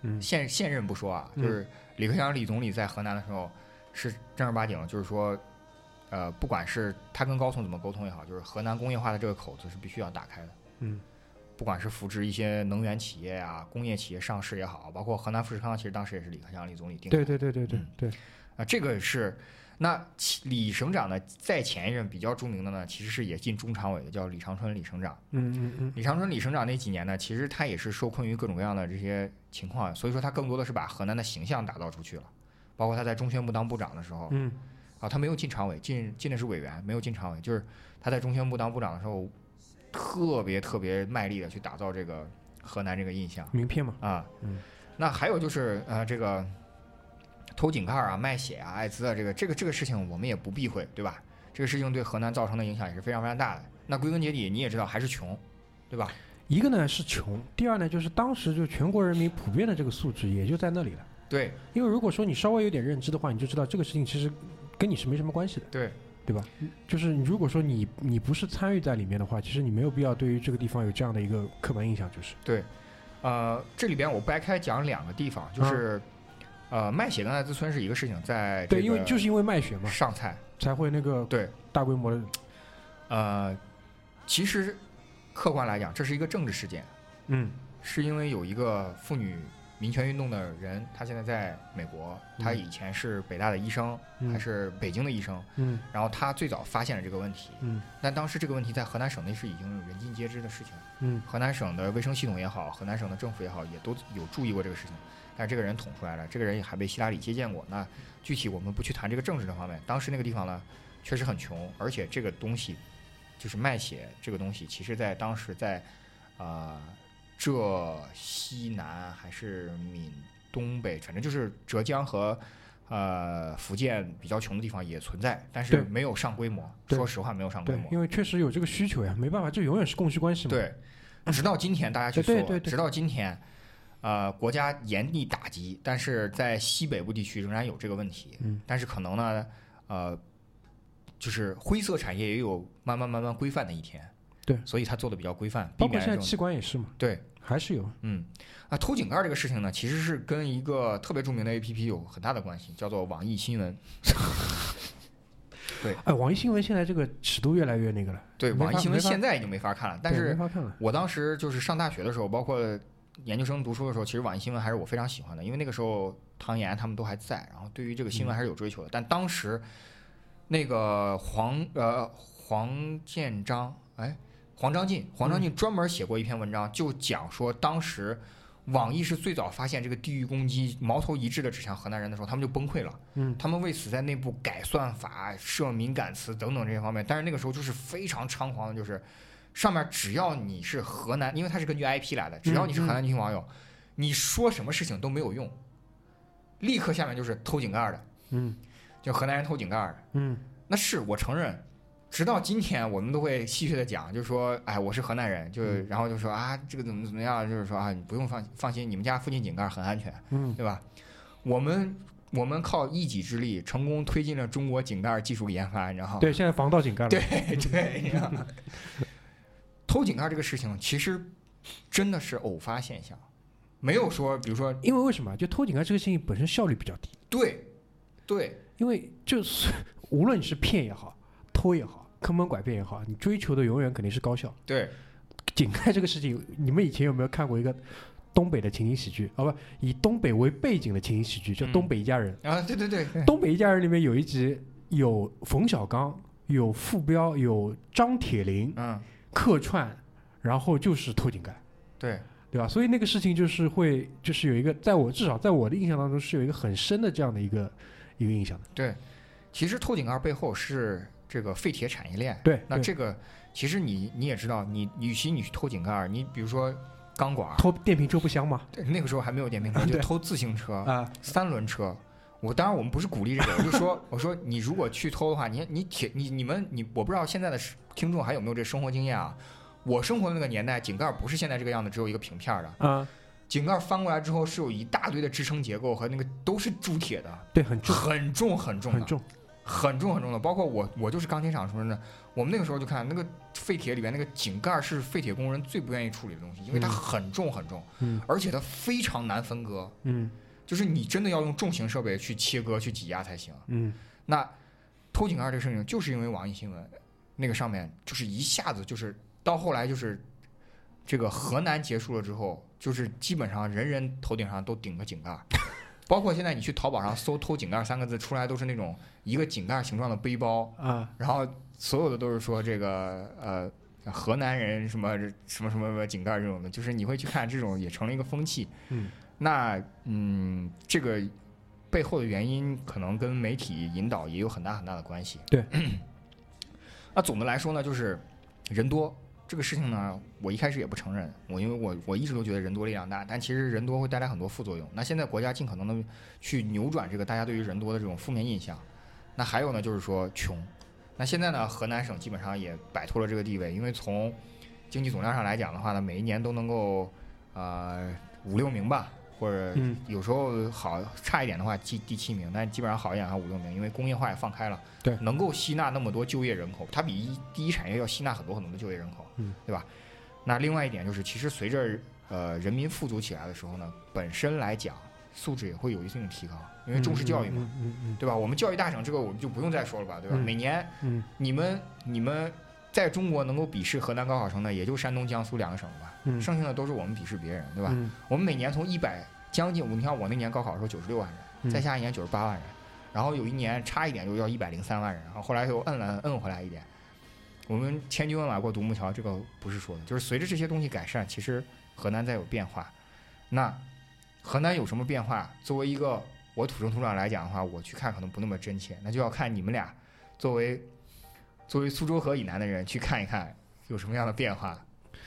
Speaker 2: 嗯
Speaker 4: 现现任不说啊，
Speaker 2: 嗯
Speaker 4: 就是李克强李总理在河南的时候是正儿八经，就是说，呃，不管是他跟高层怎么沟通也好，就是河南工业化的这个口子是必须要打开的。
Speaker 2: 嗯
Speaker 4: 不管是扶持一些能源企业啊、工业企业上市也好，包括河南富士康，其实当时也是李克强李总理定的。
Speaker 2: 对对对对对对，
Speaker 4: 啊，这个是那其李省长呢，在前一任比较著名的呢，其实是也进中常委的，叫李长春李省长。
Speaker 2: 嗯嗯嗯
Speaker 4: 李长春李省长那几年呢，其实他也是受困于各种各样的这些情况，所以说他更多的是把河南的形象打造出去了。包括他在中宣部当部长的时候，
Speaker 2: 嗯
Speaker 4: 啊，他没有进常委，进进的是委员，没有进常委，就是他在中宣部当部长的时候，特别特别卖力的去打造这个河南这个印象
Speaker 2: 名片嘛，
Speaker 4: 啊。
Speaker 2: 嗯
Speaker 4: 那还有就是呃，这个偷井盖啊、卖血啊、艾滋啊，这个这个这个事情我们也不避讳，对吧？这个事情对河南造成的影响也是非常非常大的。那归根结底，你也知道还是穷，对吧？
Speaker 2: 一个呢是穷，第二呢就是当时就全国人民普遍的这个素质也就在那里了。
Speaker 4: 对，
Speaker 2: 因为如果说你稍微有点认知的话，你就知道这个事情其实跟你是没什么关系的，
Speaker 4: 对
Speaker 2: 对吧？就是如果说你你不是参与在里面的话，其实你没有必要对于这个地方有这样的一个刻板印象，就是
Speaker 4: 对，呃，这里边我掰开讲两个地方，
Speaker 2: 嗯
Speaker 4: 就是、呃，卖血跟艾滋村是一个事情，在这
Speaker 2: 对，因为
Speaker 4: 个
Speaker 2: 就是因为卖血嘛，
Speaker 4: 上菜，
Speaker 2: 才会那个
Speaker 4: 对，
Speaker 2: 大规模的，
Speaker 4: 呃，其实客观来讲，这是一个政治事件，
Speaker 2: 嗯
Speaker 4: 是因为有一个妇女民权运动的人，她现在在美国，她
Speaker 2: 嗯
Speaker 4: 以前是北大的医生，还
Speaker 2: 嗯
Speaker 4: 是北京的医生，
Speaker 2: 嗯
Speaker 4: 然后她最早发现了这个问题，
Speaker 2: 嗯
Speaker 4: 但当时这个问题在河南省内是已经人尽皆知的事情了。
Speaker 2: 嗯
Speaker 4: 河南省的卫生系统也好，河南省的政府也好，也都有注意过这个事情。但是这个人捅出来了，这个人也还被希拉里接见过。那具体我们不去谈这个政治这方面，当时那个地方呢，确实很穷，而且这个东西就是卖血这个东西，其实在当时在啊、呃浙西南还是闽东北，反正就是浙江和呃福建比较穷的地方也存在，但是
Speaker 2: 对
Speaker 4: 没有上规模。
Speaker 2: 对
Speaker 4: 说实话，没有上规
Speaker 2: 对
Speaker 4: 模，。
Speaker 2: 因为确实有这个需求呀，没办法，这永远是供需关系嘛。，
Speaker 4: 对，直到今天大家去
Speaker 2: 嗯对
Speaker 4: 说，
Speaker 2: 对对对
Speaker 4: 直到今天，呃，国家严厉打击，但是在西北部地区仍然有这个问题。
Speaker 2: 嗯，
Speaker 4: 但是可能呢，呃，就是灰色产业也有慢慢慢慢规范的一天。
Speaker 2: 对
Speaker 4: 所以他做的比较规范，避
Speaker 2: 包括
Speaker 4: 免
Speaker 2: 现在
Speaker 4: 这种
Speaker 2: 器官也是嘛，
Speaker 4: 对，
Speaker 2: 还是有，
Speaker 4: 嗯，啊，偷井盖这个事情呢，其实是跟一个特别著名的 A P P 有很大的关系，叫做网易新闻。
Speaker 2: 哎，网易新闻现在这个尺度越来越那个了，
Speaker 4: 对，
Speaker 2: 没法
Speaker 4: 网易新闻
Speaker 2: 没法
Speaker 4: 现在已经没法看了，但
Speaker 2: 对
Speaker 4: 是
Speaker 2: 没法看了，
Speaker 4: 我当时就是上大学的时候，包括研究生读书的时候，其实网易新闻还是我非常喜欢的，因为那个时候唐岩他们都还在，然后对于这个新闻还是有追求的。但当时那个黄呃黄建章，哎，黄章进，黄章进专门写过一篇文章，就讲说当时。网易是最早发现这个地域攻击矛头一致的指向河南人的时候，他们就崩溃了。
Speaker 2: 嗯
Speaker 4: 他们为此在内部改算法、设敏感词等等这些方面。但是那个时候就是非常猖狂的，就是上面只要你是河南，因为它是根据 IP 来的，只
Speaker 2: 嗯
Speaker 4: 要你是河南地区网友，你说什么事情都没有用，立刻下面就是偷井盖的，
Speaker 2: 嗯
Speaker 4: 就河南人偷井盖的。
Speaker 2: 嗯
Speaker 4: 那是我承认，直到今天，我们都会戏谑的讲，就是说，哎，我是河南人，就
Speaker 2: 嗯
Speaker 4: 然后就说啊，这个怎么怎么样，就是说啊，你不用放放心，你们家附近井盖很安全，
Speaker 2: 嗯
Speaker 4: 对吧？我们我们靠一己之力成功推进了中国井盖技术研发，你知道吗？
Speaker 2: 嗯对，现在防盗井盖了，
Speaker 4: 对 对，你知道吗偷井盖这个事情其实真的是偶发现象，没有说，比如说，
Speaker 2: 因为为什么？就偷井盖这个事情本身效率比较低，
Speaker 4: 对对，
Speaker 2: 因为就是无论你是骗也好，偷也好，坑蒙拐骗也好，你追求的永远肯定是高效。
Speaker 4: 对，
Speaker 2: 井盖这个事情，你们以前有没有看过一个东北的情景喜剧？啊，不，以东北为背景的情景喜剧叫《
Speaker 4: 嗯
Speaker 2: 东北一家人》。
Speaker 4: 啊，对对对，
Speaker 2: 东北一家人》里面有一集有冯小刚，有傅彪，有张铁林
Speaker 4: 嗯，
Speaker 2: 客串，然后就是偷井盖。
Speaker 4: 对，
Speaker 2: 对吧？所以那个事情就是会，就是有一个，在我至少在我的印象当中是有一个很深的这样的一个一个印象的。
Speaker 4: 其实偷井盖背后是这个废铁产业链。
Speaker 2: 对，
Speaker 4: 那
Speaker 2: 对
Speaker 4: 这个其实你你也知道，你与其你去偷井盖，你比如说钢管，
Speaker 2: 偷电瓶车不香吗？
Speaker 4: 对那个时候还没有电瓶车，就
Speaker 2: 对
Speaker 4: 偷自行车、
Speaker 2: 啊，
Speaker 4: 三轮车。我当然我们不是鼓励这个，我就说 我说你如果去偷的话，你你铁你你们你我不知道现在的听众还有没有这生活经验啊？我生活的那个年代，井盖不是现在这个样子，只有一个平片儿的。
Speaker 2: 啊，
Speaker 4: 井盖翻过来之后是有一大堆的支撑结构和那个都是铸铁的，
Speaker 2: 对，很重，
Speaker 4: 很重很重的
Speaker 2: 很。重。
Speaker 4: 很重很重的，包括我，我就是钢铁厂出身的。我们那个时候就看那个废铁里边那个井盖是废铁工人最不愿意处理的东西，因为它
Speaker 2: 嗯
Speaker 4: 很重很重，
Speaker 2: 嗯
Speaker 4: 而且它非常难分割，
Speaker 2: 嗯
Speaker 4: 就是你真的要用重型设备去切割、去挤压才行。
Speaker 2: 嗯，
Speaker 4: 那偷井盖这个事情，就是因为网易新闻那个上面，就是一下子就是到后来就是这个河南结束了之后，就是基本上人人头顶上都顶个井盖 儿，包括现在你去淘宝上搜“偷井盖儿”三个字，出来都是那种一个井盖儿形状的背包，
Speaker 2: 啊，
Speaker 4: 然后所有的都是说这个呃。河南人什么什么什么什么井盖儿这种的，就是你会去看这种也成了一个风气。
Speaker 2: 嗯，
Speaker 4: 那嗯，这个背后的原因可能跟媒体引导也有很大很大的关系。
Speaker 2: 对。
Speaker 4: 那总的来说呢，就是人多这个事情呢，我一开始也不承认，我因为我我一直都觉得人多力量大，但其实人多会带来很多副作用。那现在国家尽可能的去扭转这个大家对于人多的这种负面印象。那还有呢，就是说穷。那现在呢，河南省基本上也摆脱了这个地位，因为从经济总量上来讲的话呢，每一年都能够呃五六名吧，或者
Speaker 2: 嗯
Speaker 4: 有时候好差一点的话，第第七名，但基本上好一点还五六名，因为工业化也放开了，
Speaker 2: 对
Speaker 4: 能够吸纳那么多就业人口，它比一第一产业要吸纳很多很多的就业人口，
Speaker 2: 嗯，
Speaker 4: 对吧？那另外一点就是，其实随着呃人民富足起来的时候呢，本身来讲素质也会有一定的提高，因为重视教育嘛，
Speaker 2: 嗯嗯嗯
Speaker 4: 对吧？我们教育大省这个我们就不用再说了吧，对吧？
Speaker 2: 嗯
Speaker 4: 每年
Speaker 2: 嗯
Speaker 4: 你们你们在中国能够鄙视河南高考生的，也就山东、江苏两个省了吧，
Speaker 2: 嗯，
Speaker 4: 剩下的都是我们鄙视别人，对吧？
Speaker 2: 嗯
Speaker 4: 我们每年从一百将近，我你看我那年高考的时候九十六万
Speaker 2: 嗯
Speaker 4: 人，再下一年九十八万人，然后有一年差一点就要一百零三万人，然后后来又摁了摁回来一点。我们千军万马过独木桥，这个不是说的，就是随着这些东西改善，其实河南在有变化。那河南有什么变化？作为一个我土生土长来讲的话，我去看可能不那么真切，那就要看你们俩作为作为苏州河以南的人去看一看有什么样的变化，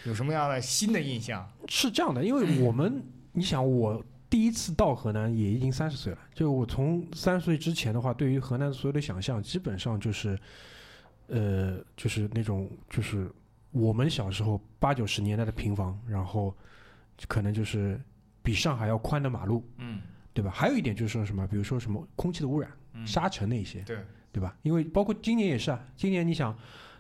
Speaker 4: 有什么样的新的印象。
Speaker 2: 是这样的，因
Speaker 4: 嗯
Speaker 2: 为我们，你想我。第一次到河南也已经三十岁了，就我从三十岁之前的话，对于河南所有的想象，基本上就是，呃，就是那种就是我们小时候八九十年代的平房，然后可能就是比上海要宽的马路，
Speaker 4: 嗯
Speaker 2: 对吧？还有一点就是说什么，比如说什么空气的污染、
Speaker 4: 嗯
Speaker 2: 沙尘那些，
Speaker 4: 对。
Speaker 2: 对吧？因为包括今年也是啊，今年你想，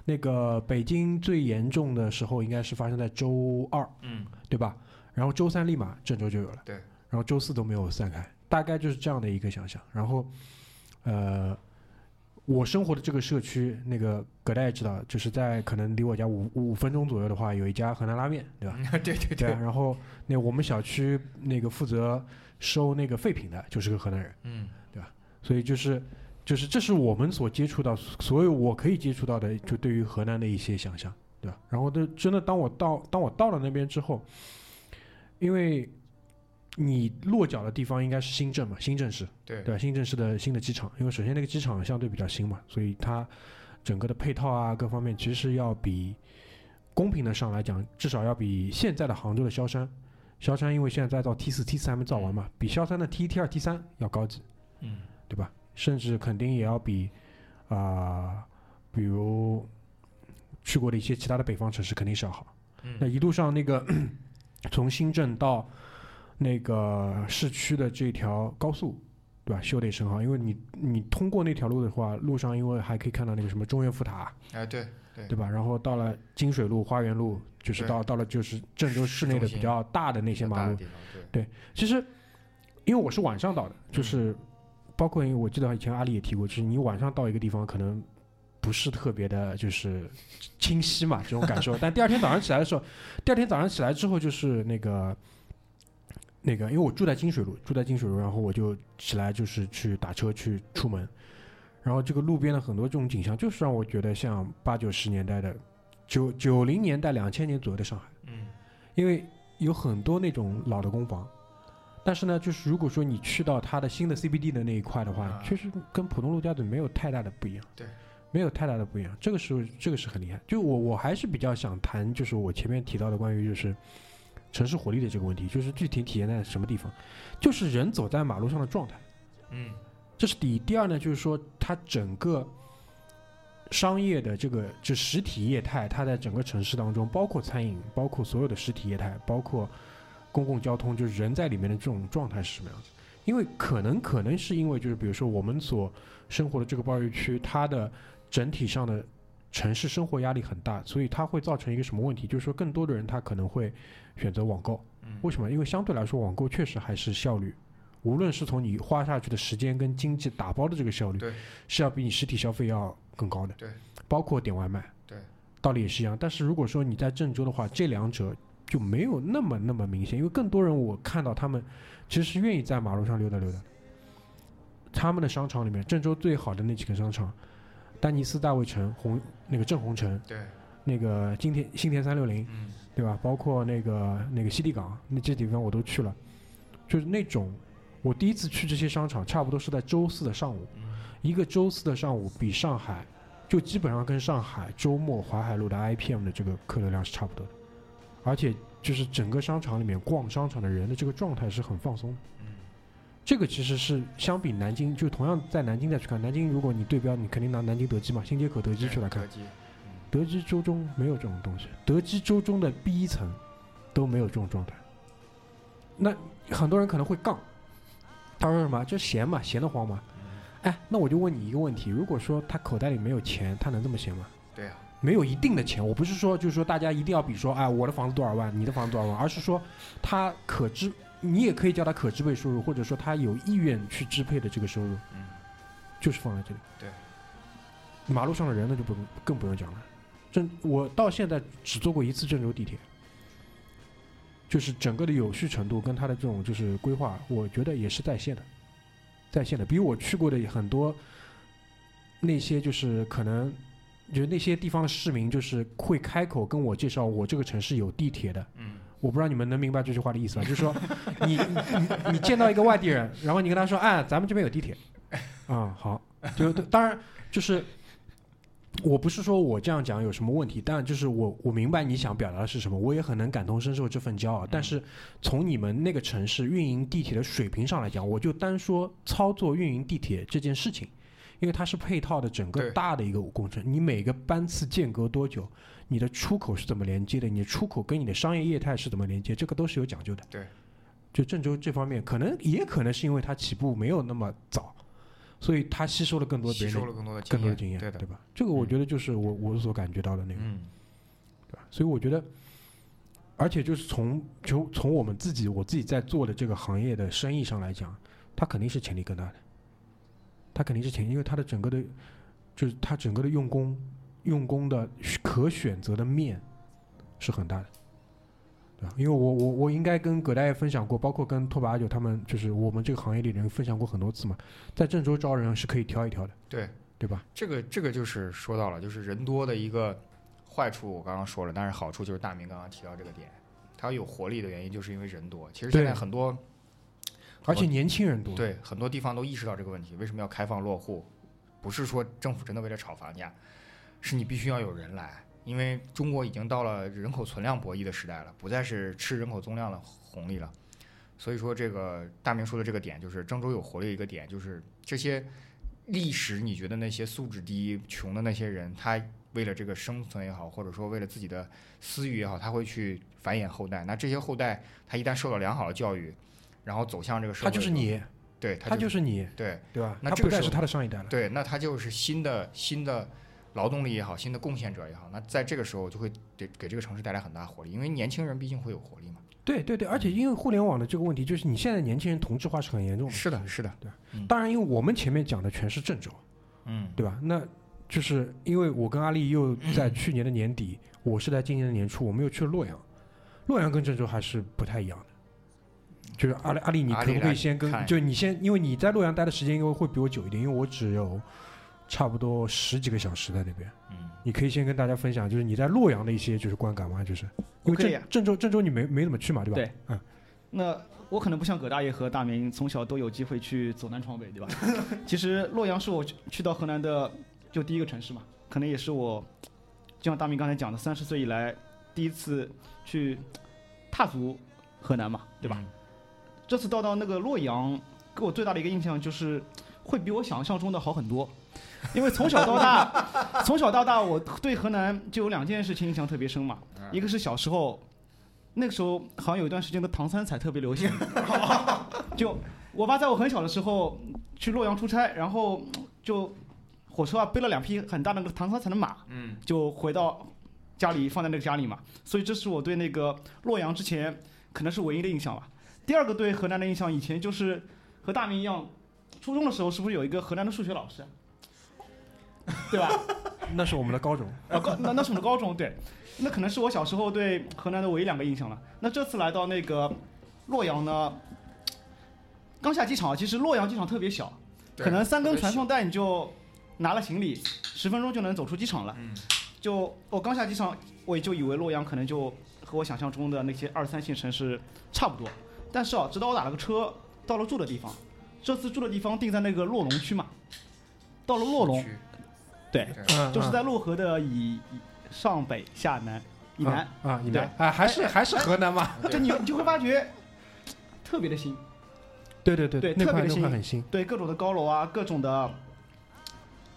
Speaker 2: 那个北京最严重的时候应该是发生在周二，
Speaker 4: 嗯
Speaker 2: 对吧？然后周三立马郑州就有了，
Speaker 4: 对，
Speaker 2: 然后周四都没有散开，大概就是这样的一个想象。然后，呃，我生活的这个社区，那个葛大爷知道，就是在可能离我家五五分钟左右的话，有一家河南拉面，对吧？
Speaker 4: 嗯， 对对
Speaker 2: 对啊，，然后那我们小区那个负责收那个废品的，就是个河南人，
Speaker 4: 嗯
Speaker 2: 所以就是就是这是我们所接触到所有我可以接触到的，就对于河南的一些想象，对吧？然后就真的当我到当我到了那边之后，因为你落脚的地方应该是新郑嘛，新郑市，
Speaker 4: 对
Speaker 2: 对吧？新郑市的新的机场，因为首先那个机场相对比较新嘛，所以它整个的配套啊各方面其实要比公平的上来讲，至少要比现在的杭州的萧山，萧山因为现在在造 T 四 T 四还没造完嘛，比萧山的 T 一 T 二 T 三要高级，
Speaker 4: 嗯
Speaker 2: 对吧？甚至肯定也要比啊、比如去过的一些其他的北方城市肯定是要好。
Speaker 4: 嗯
Speaker 2: 那一路上那个 从新郑到那个市区的这条高速，对吧？修得也是很好，因为你你通过那条路的话，路上因为还可以看到那个什么中原福塔，
Speaker 4: 哎，对，
Speaker 2: 对吧？然后到了金水路、花园路，就是
Speaker 4: 对
Speaker 2: 到到了就是郑州市内的
Speaker 4: 市中心
Speaker 2: 比较大的那些马
Speaker 4: 大的
Speaker 2: 路。
Speaker 4: 地方，对，
Speaker 2: 其实，因为我是晚上到的，就是包括因为我记得以前阿里也提过，就是你晚上到一个地方可能不是特别的，就是清晰嘛这种感受。但第二天早上起来的时候， 第二天早上起来之后就是那个那个，因为我住在金水路，住在金水路，然后我就起来就是去打车去出门，然后这个路边的很多这种景象，就是让我觉得像八九十年代的九九零年代两千年左右的上海。
Speaker 4: 嗯，
Speaker 2: 因为有很多那种老的公房，但是呢，就是如果说你去到它的新的 CBD 的那一块的话，
Speaker 4: 啊
Speaker 2: 确实跟普通陆家嘴没有太大的不一样。
Speaker 4: 对，
Speaker 2: 没有太大的不一样，这个是这个是很厉害。就我我还是比较想谈，就是我前面提到的关于就是城市活力的这个问题，就是具体体现在什么地方，就是人走在马路上的状态，
Speaker 4: 嗯，
Speaker 2: 这是第一。第二呢，就是说它整个。商业的这个就实体业态，它在整个城市当中，包括餐饮，包括所有的实体业态，包括公共交通，就是人在里面的这种状态是什么样子？因为可能可能是因为就是比如说我们所生活的这个包邮区，它的整体上的城市生活压力很大，所以它会造成一个什么问题？就是说更多的人他可能会选择网购，
Speaker 4: 嗯
Speaker 2: 为什么？因为相对来说网购确实还是效率。无论是从你花下去的时间跟经济打包的这个效率
Speaker 4: 对，
Speaker 2: 是要比你实体消费要更高的。
Speaker 4: 对，
Speaker 2: 包括点外卖，
Speaker 4: 对，
Speaker 2: 道理也是一样。但是如果说你在郑州的话，这两者就没有那么那么明显，因为更多人我看到他们其实是愿意在马路上溜达溜达。他们的商场里面，郑州最好的那几个商场，丹尼斯大卫城、红那个郑红城、
Speaker 4: 对，
Speaker 2: 那个今天新田三六零，
Speaker 4: 嗯，
Speaker 2: 对吧？包括那个那个西堤港那这地方我都去了，就是那种我第一次去这些商场，差不多是在周四的上午，
Speaker 4: 嗯，
Speaker 2: 一个周四的上午比上海就基本上跟上海周末淮海路的 IPM 的这个客流量是差不多的，而且就是整个商场里面逛商场的人的这个状态是很放松的。
Speaker 4: 嗯，
Speaker 2: 这个其实是相比南京，就同样在南京再去看南京，如果你对标，你肯定拿南京德基嘛，新街口德基去来看
Speaker 4: 德。基，
Speaker 2: 德基周中没有这种东西，德基周中的 B 层都没有这种状态。那很多人可能会杠，他说什么？就闲嘛，闲得慌嘛。
Speaker 4: 嗯，
Speaker 2: 哎，那我就问你一个问题：如果说他口袋里没有钱，他能这么闲吗？
Speaker 4: 对啊呀，
Speaker 2: 没有一定的钱，我不是说就是说大家一定要比说，哎，我的房子多少万，你的房子多少万，而是说他可支，你也可以叫他可支配收入，或者说他有意愿去支配的这个收入，
Speaker 4: 嗯，
Speaker 2: 就是放在这里。
Speaker 4: 对，
Speaker 2: 马路上的人那就不用更不用讲了。郑，我到现在只坐过一次郑州地铁，就是整个的有序程度跟它的这种就是规划，我觉得也是在线的，在线的，比我去过的很多那些就是可能。就是那些地方的市民，就是会开口跟我介绍我这个城市有地铁的，
Speaker 4: 嗯，
Speaker 2: 我不知道你们能明白这句话的意思吧？就是说你，你你你见到一个外地人，然后你跟他说，哎，咱们这边有地铁，啊、好，就当然就是，我不是说我这样讲有什么问题，但就是我我明白你想表达的是什么，我也很能感同身受这份骄傲。但是从你们那个城市运营地铁的水平上来讲，我就单说操作运营地铁这件事情。因为它是配套的整个
Speaker 4: 对
Speaker 2: 大的一个工程，你每个班次间隔多久，你的出口是怎么连接的？你的出口跟你的商业业态是怎么连接？这个都是有讲究的。
Speaker 4: 对，
Speaker 2: 就郑州这方面，可能也可能是因为它起步没有那么早，所以它吸收了更多别
Speaker 4: 嗯吸
Speaker 2: 人
Speaker 4: 收
Speaker 2: 的
Speaker 4: 了更多的
Speaker 2: 更多的经
Speaker 4: 经
Speaker 2: 验，
Speaker 4: 对的，
Speaker 2: 吧？这个我觉得就是我我所感觉到的那个，
Speaker 4: 嗯，
Speaker 2: 对吧？所以我觉得，而且就是从就从我们自己我自己在做的这个行业的生意上来讲，它肯定是潜力更大的，它肯定是潜力，因为它的整个的，就是它整个的用工用工的可选择的面是很大的。对吧？因为我我我应该跟葛大爷分享过，包括跟拓跋阿九他们，就是我们这个行业里人分享过很多次嘛，在郑州招人是可以挑一挑的，
Speaker 4: 对，
Speaker 2: 对吧？
Speaker 4: 这个这个就是说到了，就是人多的一个坏处，我刚刚说了，但是好处就是大明刚刚提到这个点，它有活力的原因就是因为人多。其实现
Speaker 2: 对
Speaker 4: 在很多
Speaker 2: 而且年轻人多。
Speaker 4: 对很多地方都意识到这个问题，为什么要开放落户？不是说政府真的为了炒房价，是你必须要有人来，因为中国已经到了人口存量博弈的时代了，不再是吃人口增量的红利了。所以说，这个大明说的这个点，就是郑州有活力的一个点，就是这些历史你觉得那些素质低、穷的那些人，他为了这个生存也好，或者说为了自己的私欲也好，他会去繁衍后代。那这些后代，他一旦受到良好的教育，然后走向这个社会，
Speaker 2: 他就是，你，
Speaker 4: 对，
Speaker 2: 他
Speaker 4: 就是
Speaker 2: 你，
Speaker 4: 对
Speaker 2: 对吧？
Speaker 4: 那
Speaker 2: 他
Speaker 4: 这
Speaker 2: 不
Speaker 4: 个
Speaker 2: 再
Speaker 4: 时
Speaker 2: 是
Speaker 4: 候
Speaker 2: 他的上一代了。
Speaker 4: 对，那他就是新的新的劳动力也好，新的贡献者也好，那在这个时候就会给给这个城市带来很大活力，因为年轻人毕竟会有活力嘛。
Speaker 2: 对对对，而且因为互联网的这个问题，就是你现在年轻人同质化是很严重的。
Speaker 4: 是的，是的，
Speaker 2: 当然，因为我们前面讲的全是郑州，
Speaker 4: 嗯
Speaker 2: 对吧？那就是因为我跟阿丽又在去年的年底，我是在今年的年初，我们又去了洛阳。洛阳跟郑州还是不太一样的。就是阿丽，阿丽，你
Speaker 4: 阿
Speaker 2: 可
Speaker 4: 丽
Speaker 2: 不可
Speaker 4: 来
Speaker 2: 以先跟
Speaker 4: 看？一
Speaker 2: 就你先，因为你在洛阳待的时间应该会比我久一点，因为我只有差不多十几个小时在那边。
Speaker 4: 嗯。
Speaker 2: 你可以先跟大家分享，就是你在洛阳的一些就是观感吗？就是因为
Speaker 3: 我可以
Speaker 2: 郑
Speaker 3: 啊
Speaker 2: 郑州郑州你没没怎么去嘛，对吧？
Speaker 3: 对，
Speaker 2: 嗯，
Speaker 3: 那我可能不像葛大爷和大明，从小都有机会去走南闯北，对吧？ 其实洛阳是我去去到河南的就第一个城市嘛，可能也是我，就像大明刚才讲的，三十岁以来第一次去踏足河南嘛，对
Speaker 4: 嗯
Speaker 3: 吧？？这次到到那个洛阳，给我最大的一个印象就是，会比我想象中的好很多。因为从小到大，从小到大，我对河南就有两件事情印象特别深嘛。一个是小时候，那个时候好像有一段时间的唐三彩特别流行，就我爸在我很小的时候去洛阳出差，然后就火车啊背了两匹很大的那个唐三彩的马，
Speaker 4: 嗯，
Speaker 3: 就回到家里放在那个家里嘛，所以这是我对那个洛阳之前可能是唯一的印象吧。第二个对河南的印象，以前就是和大明一样，初中的时候是不是有一个河南的数学老师啊， 对吧？
Speaker 2: 那是我们的高中。
Speaker 3: 啊，高那那是我们高中对，那可能是我小时候对河南的唯一两个印象了。那这次来到那个洛阳呢，刚下机场，其实洛阳机场特别小，
Speaker 4: 对
Speaker 3: 可能三根传送带你就拿了行李，十分钟就能走出机场了。
Speaker 4: 嗯
Speaker 3: 就我刚下机场，我也就以为洛阳可能就和我想象中的那些二三线城市差不多，但是啊，直到我打了个车到了住的地方，这次住的地方定在那个洛龙区嘛，到了洛龙，哎
Speaker 4: 区
Speaker 3: 对，
Speaker 2: 嗯
Speaker 3: 就是在漯河的以以上北下南以
Speaker 4: 嗯
Speaker 3: 南，
Speaker 2: 啊啊，以南啊，还是还是河南嘛？
Speaker 3: 就你你就会发觉特别的新，
Speaker 2: 对对对
Speaker 3: 对
Speaker 2: 那
Speaker 3: 特别
Speaker 2: 块
Speaker 3: 的
Speaker 2: 那块
Speaker 3: 新
Speaker 2: 很新。
Speaker 3: 对各种的高楼啊，各种的，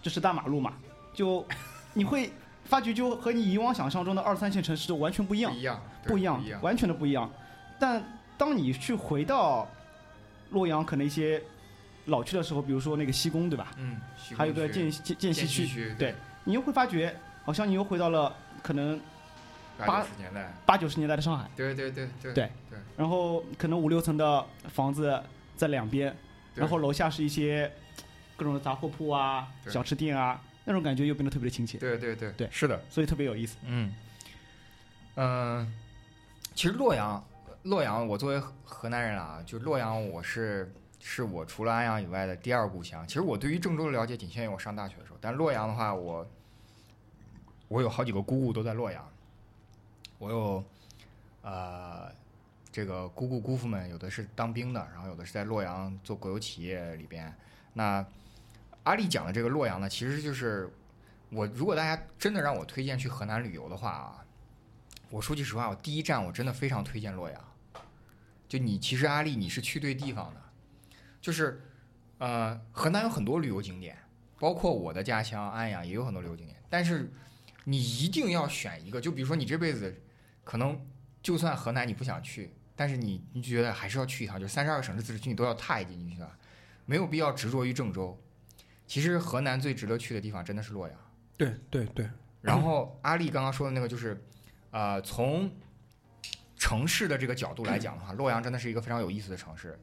Speaker 3: 就是大马路嘛， 就你会发觉就和你以往想象中的二三线城市就完全不一样
Speaker 4: 不，一样，对
Speaker 3: 不一样
Speaker 4: 不一，样。
Speaker 3: 完全的不一样。但当你去回到洛阳，可能一些老区的时候，比如说那个西宫，对吧？
Speaker 4: 嗯，
Speaker 3: 还有个
Speaker 4: 建
Speaker 3: 涧涧涧西区，
Speaker 4: 区，
Speaker 3: 对你又会发觉，好像你又回到了可能
Speaker 4: 八
Speaker 3: 八
Speaker 4: 十年代，
Speaker 3: 八九十年代的上海。
Speaker 4: 对对对对
Speaker 3: 对然后可能五六层的房子在两边，
Speaker 4: 对
Speaker 3: 然后楼下是一些各种的杂货铺啊、
Speaker 4: 对
Speaker 3: 小吃店啊，那种感觉又变得特别的亲切，
Speaker 4: 对对对
Speaker 3: 对
Speaker 4: 是的，
Speaker 3: 所以特别有意思。
Speaker 4: 嗯，嗯、其实洛阳，洛阳，我作为河河南人啊，就洛阳，我是是我除了安阳以外的第二故乡。其实我对于郑州的了解仅限于我上大学的时候，但洛阳的话，我我有好几个姑姑都在洛阳，我有呃。这个姑姑姑父们有的是当兵的，然后有的是在洛阳做国有企业里边。那阿丽讲的这个洛阳呢，其实就是我如果大家真的让我推荐去河南旅游的话啊，我说句实话，我第一站我真的非常推荐洛阳。就你其实阿丽你是去对地方的，就是呃，河南有很多旅游景点，包括我的家乡安阳也有很多旅游景点，但是你一定要选一个，就比如说你这辈子可能就算河南你不想去，但是你你觉得还是要去一趟，就三十二个省市自治区你都要踏一进去的，没有必要执着于郑州。其实河南最值得去的地方真的是洛阳。
Speaker 2: 对对对，
Speaker 4: 然后阿丽刚刚说的那个就是，呃，从城市的这个角度来讲的话，洛阳真的是一个非常有意思的城市，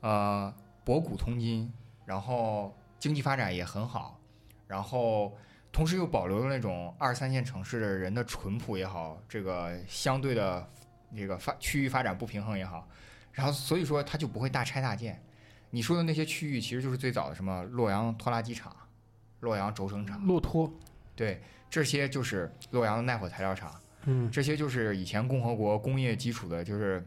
Speaker 4: 呃，博古通今，然后经济发展也很好，然后同时又保留了那种二三线城市的人的淳朴也好，这个相对的这个发区域发展不平衡也好，然后所以说它就不会大拆大建。你说的那些区域其实就是最早的什么洛阳拖拉机厂、洛阳轴承厂、
Speaker 2: 骆驼，
Speaker 4: 对，这些就是洛阳的耐火材料厂，
Speaker 2: 嗯
Speaker 4: 这些就是以前共和国工业基础的，就是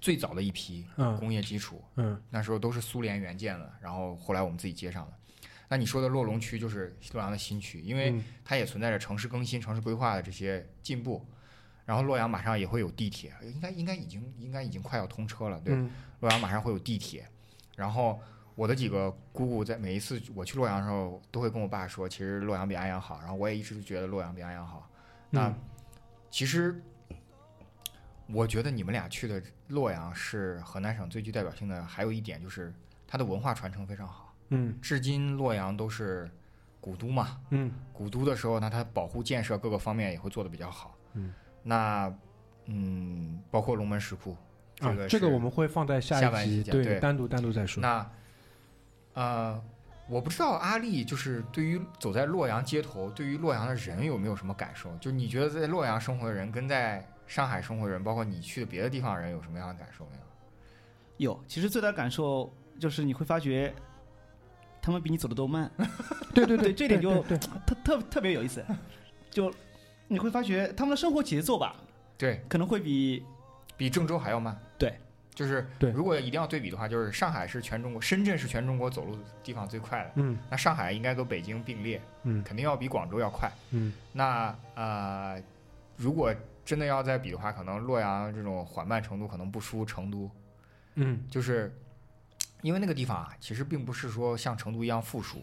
Speaker 4: 最早的一批
Speaker 2: 嗯
Speaker 4: 工业基础，
Speaker 2: 嗯，
Speaker 4: 那时候都是苏联援建的，然后后来我们自己接上的。那你说的洛龙区就是洛阳的新区，因为
Speaker 2: 嗯
Speaker 4: 它也存在着城市更新、城市规划的这些进步。然后洛阳马上也会有地铁，应该应该已经应该已经快要通车了，对吧
Speaker 2: 嗯
Speaker 4: 洛阳马上会有地铁，然后我的几个姑姑在每一次我去洛阳的时候，都会跟我爸说，其实洛阳比安阳好。然后我也一直觉得洛阳比安阳好。那、
Speaker 2: 嗯
Speaker 4: 其实我觉得你们俩去的洛阳是河南省最具代表性的，还有一点就是它的文化传承非常好。
Speaker 2: 嗯
Speaker 4: 至今洛阳都是古都嘛，
Speaker 2: 嗯
Speaker 4: 古都的时候呢，它保护建设各个方面也会做得比较好。
Speaker 2: 嗯，
Speaker 4: 那嗯，包括龙门石窟，这
Speaker 2: 啊
Speaker 4: 个，
Speaker 2: 这个
Speaker 4: 是
Speaker 2: 我们会放在
Speaker 4: 下
Speaker 2: 下
Speaker 4: 半
Speaker 2: 一
Speaker 4: 期
Speaker 2: 集，
Speaker 4: 讲
Speaker 2: 对，
Speaker 4: 对
Speaker 2: 单独单独再说。
Speaker 4: 那呃，我不知道阿丽就是对于走在洛阳街头，对于洛阳的人有没有什么感受？就你觉得在洛阳生活的人跟在上海生活的人，包括你去的别的地方的人有什么样的感受没有？
Speaker 3: 有，其实最大感受就是你会发觉，他们比你走的都 慢，
Speaker 2: 对对
Speaker 3: 对这点就
Speaker 2: 对，对
Speaker 3: 特特特别有意思。就你会发觉他们的生活节奏吧，
Speaker 4: 对
Speaker 3: 可能会比
Speaker 4: 比郑州还要慢。
Speaker 3: 对。
Speaker 4: 就是，
Speaker 2: 对
Speaker 4: 如果一定要对比的话，就是上海是全中国，深圳是全中国走路地方最快的，
Speaker 2: 嗯
Speaker 4: 那上海应该跟北京并列，
Speaker 2: 嗯
Speaker 4: 肯定要比广州要快。
Speaker 2: 嗯
Speaker 4: 那呃，如果真的要再比的话，可能洛阳这种缓慢程度可能不输成都，
Speaker 2: 嗯
Speaker 4: 就是因为那个地方啊，其实并不是说像成都一样富庶，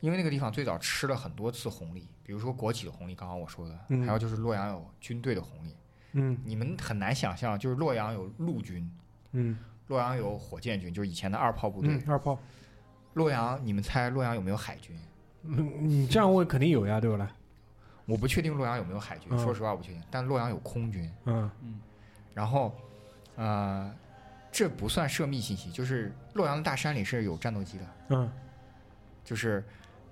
Speaker 4: 因为那个地方最早吃了很多次红利，比如说国企的红利，刚刚我说的，
Speaker 2: 嗯
Speaker 4: 还有就是洛阳有军队的红利，
Speaker 2: 嗯
Speaker 4: 你们很难想象，就是洛阳有陆军，
Speaker 2: 嗯
Speaker 4: 洛阳有火箭军，就是以前的二炮部队，
Speaker 2: 嗯，二炮，
Speaker 4: 洛阳，你们猜洛阳有没有海军？
Speaker 2: 嗯你这样问肯定有呀，对不啦？
Speaker 4: 我不确定洛阳有没有海军，
Speaker 2: 嗯
Speaker 4: 说实话我不确定，但洛阳有空军。
Speaker 2: 嗯
Speaker 4: 然后，呃，这不算涉密信息，就是洛阳的大山里是有战斗机的，
Speaker 2: 嗯
Speaker 4: 就是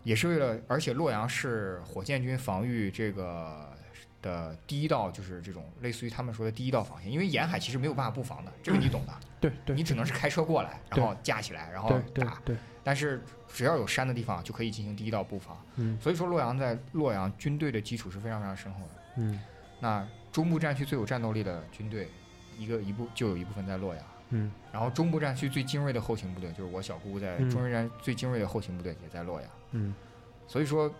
Speaker 4: 也是为了，而且洛阳是火箭军防御这个的第一道，就是这种类似于他们说的第一道防线，因为沿海其实没有办法布防的，这个你懂的，
Speaker 2: 对嗯对，
Speaker 4: 你只能是开车过来，
Speaker 2: 对
Speaker 4: 然后架起来，然后
Speaker 2: 对对
Speaker 4: 打，
Speaker 2: 对，
Speaker 4: 但是只要有山的地方就可以进行第一道布防，
Speaker 2: 嗯
Speaker 4: 所以说洛阳在洛阳军队的基础是非常非常深厚的。
Speaker 2: 嗯
Speaker 4: 那中部战区最有战斗力的军队，一个一部就有一部分在洛阳。
Speaker 2: 嗯
Speaker 4: 然后中部战区最精锐的后勤部队，就是我小姑姑在
Speaker 2: 嗯
Speaker 4: 中部战区最精锐的后勤部队也在洛阳。
Speaker 2: 嗯
Speaker 4: 所以说，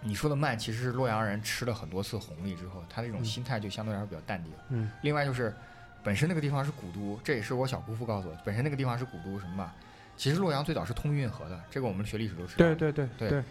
Speaker 4: 你说的慢，其实是洛阳人吃了很多次红利之后，他这种
Speaker 2: 嗯
Speaker 4: 心态就相对来说比较淡定。
Speaker 2: 嗯
Speaker 4: 另外就是，本身那个地方是古都，这也是我小姑父告诉我，本身那个地方是古都什么吧？其实洛阳最早是通运河的，这个我们学历史都知道。
Speaker 2: 对。对对
Speaker 4: 对
Speaker 2: 对，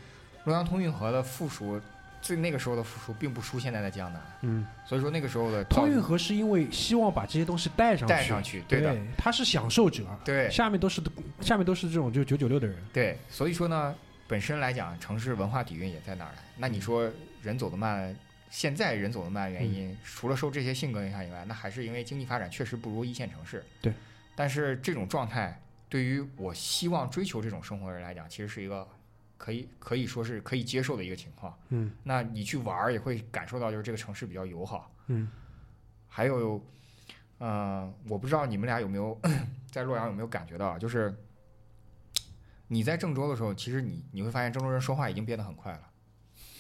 Speaker 4: 洛阳通运河的附属，最那个时候的附属并不输现在的江南，
Speaker 2: 嗯，
Speaker 4: 所以说那个时候的
Speaker 2: 通运
Speaker 4: 造
Speaker 2: 河是因为希望把这些东西带上
Speaker 4: 带
Speaker 2: 去
Speaker 4: 上，去，对
Speaker 2: 对
Speaker 4: 的，，
Speaker 2: 他是享受者，
Speaker 4: 对
Speaker 2: 下面都是下面都是这种就九九六的人，
Speaker 4: 对，所以说呢，本身来讲，城市文化底蕴也在哪儿来？那
Speaker 2: 嗯
Speaker 4: 你说人走得慢，现在人走得慢的原
Speaker 2: 嗯
Speaker 4: 因，除了受这些性格影响以外，那还是因为经济发展确实不如一线城市。
Speaker 2: 对，
Speaker 4: 但是这种状态对于我希望追求这种生活的人来讲，其实是一个可以可以说是可以接受的一个情况。
Speaker 2: 嗯
Speaker 4: 那你去玩儿也会感受到，就是这个城市比较友好。
Speaker 2: 嗯
Speaker 4: 还有，呃，我不知道你们俩有没有 在洛阳有没有感觉到啊，就是你在郑州的时候，其实你你会发现郑州人说话已经变得很快了。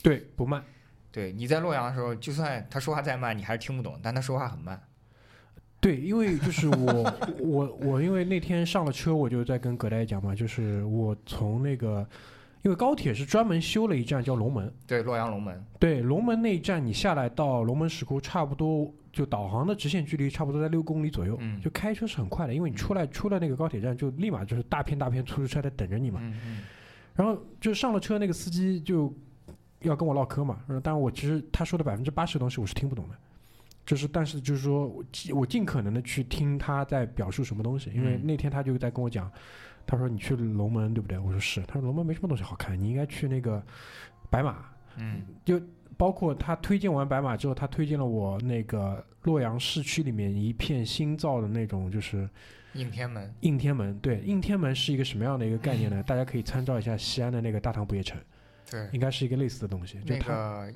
Speaker 2: 对，不慢，
Speaker 4: 对，你在洛阳的时候，就算他说话再慢，你还是听不懂，但他说话很慢。
Speaker 2: 对，因为就是我我我因为那天上了车，我就在跟葛大爷讲嘛，就是我从那个，因为高铁是专门修了一站叫龙门，
Speaker 4: 对，洛阳龙门，
Speaker 2: 对，龙门那一站你下来到龙门石窟，差不多就导航的直线距离差不多在六公里左右，
Speaker 4: 嗯
Speaker 2: 就开车是很快的，因为你出来出了那个高铁站就立马就是大片大片出租车在等着你嘛，
Speaker 4: 嗯嗯，
Speaker 2: 然后就上了车，那个司机就要跟我唠嗑嘛。然后当然，我其实他说的百分之八十的东西我是听不懂的，就是但是就是说我尽我尽可能的去听他在表述什么东西，因为
Speaker 4: 嗯
Speaker 2: 那天他就在跟我讲，他说你去龙门对不对？我说是，他说龙门没什么东西好看，你应该去那个白马。
Speaker 4: 嗯，
Speaker 2: 包括他推荐完白马之后，他推荐了我那个洛阳市区里面一片新造的那种就是
Speaker 4: 应天门，
Speaker 2: 应天门。对，应天门是一个什么样的一个概念呢？大家可以参照一下西安的那个大唐不夜城。
Speaker 4: 对，
Speaker 2: 应该是一个类似的东西，就
Speaker 4: 那
Speaker 2: 它
Speaker 4: 个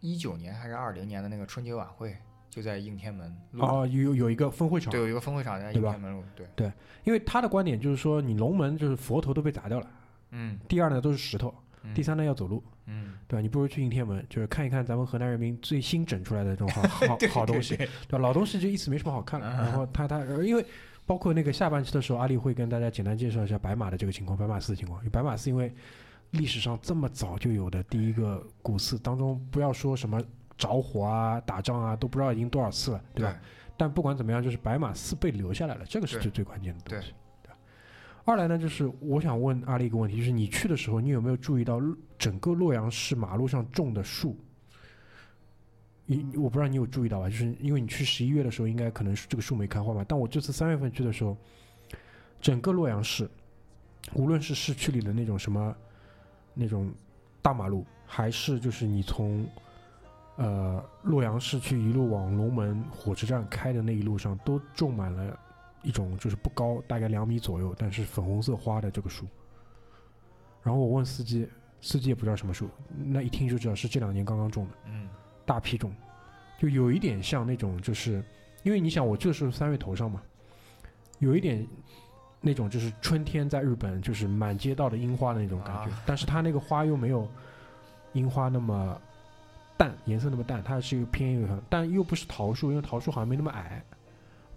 Speaker 4: 一九年还是二零年的那个春节晚会，就在应天门路，
Speaker 2: 哦有有一个分会场
Speaker 4: 对，，有一个峰会场在应
Speaker 2: 对吧
Speaker 4: 天门路，对，
Speaker 2: 因为他的观点就是说，你龙门就是佛头都被砸掉了，
Speaker 4: 嗯，
Speaker 2: 第二呢都是石头，
Speaker 4: 嗯
Speaker 2: 第，三呢要走路，
Speaker 4: 嗯，
Speaker 2: 对吧？你不如去应天门，就是看一看咱们河南人民最新整出来的这 种好好好东西，
Speaker 4: 对啊
Speaker 2: 对吧？老东西就一直没什么好看了。然后他他因为包括那个下半期的时候，阿丽会跟大家简单介绍一下白马的这个情况，白马寺的情况，因为白马寺因为历史上这么早就有的第一个古寺当中，不要说什么着火啊、打仗啊，都不知道已经多少次了，对吧？但不管怎么样，就是白马寺被留下来了，这个是
Speaker 4: 对
Speaker 2: 最最关键的东西。对吧二来呢，就是我想问阿丽一个问题，就是你去的时候，你有没有注意到洛整个洛阳市马路上种的树？你我不知道你有注意到吧？就是因为你去十一月的时候，应该可能是这个树没开花嘛。但我这次三月份去的时候，整个洛阳市，无论是市区里的那种什么那种大马路，还是就是你从呃洛阳市区一路往龙门火车站开的那一路上，都种满了一种就是不高，大概两米左右，但是粉红色花的这个树。然后我问司机，司机也不知道什么树，那一听就知道是这两年刚刚种的，
Speaker 4: 嗯，
Speaker 2: 大品种，就有一点像那种，就是因为你想，我这是三月头上嘛，有一点那种就是春天在日本就是满街道的樱花的那种感觉，
Speaker 4: 啊
Speaker 2: 但是它那个花又没有樱花那么淡，颜色那么淡，它是一个偏一个，但又不是桃树，因为桃树好像没那么矮。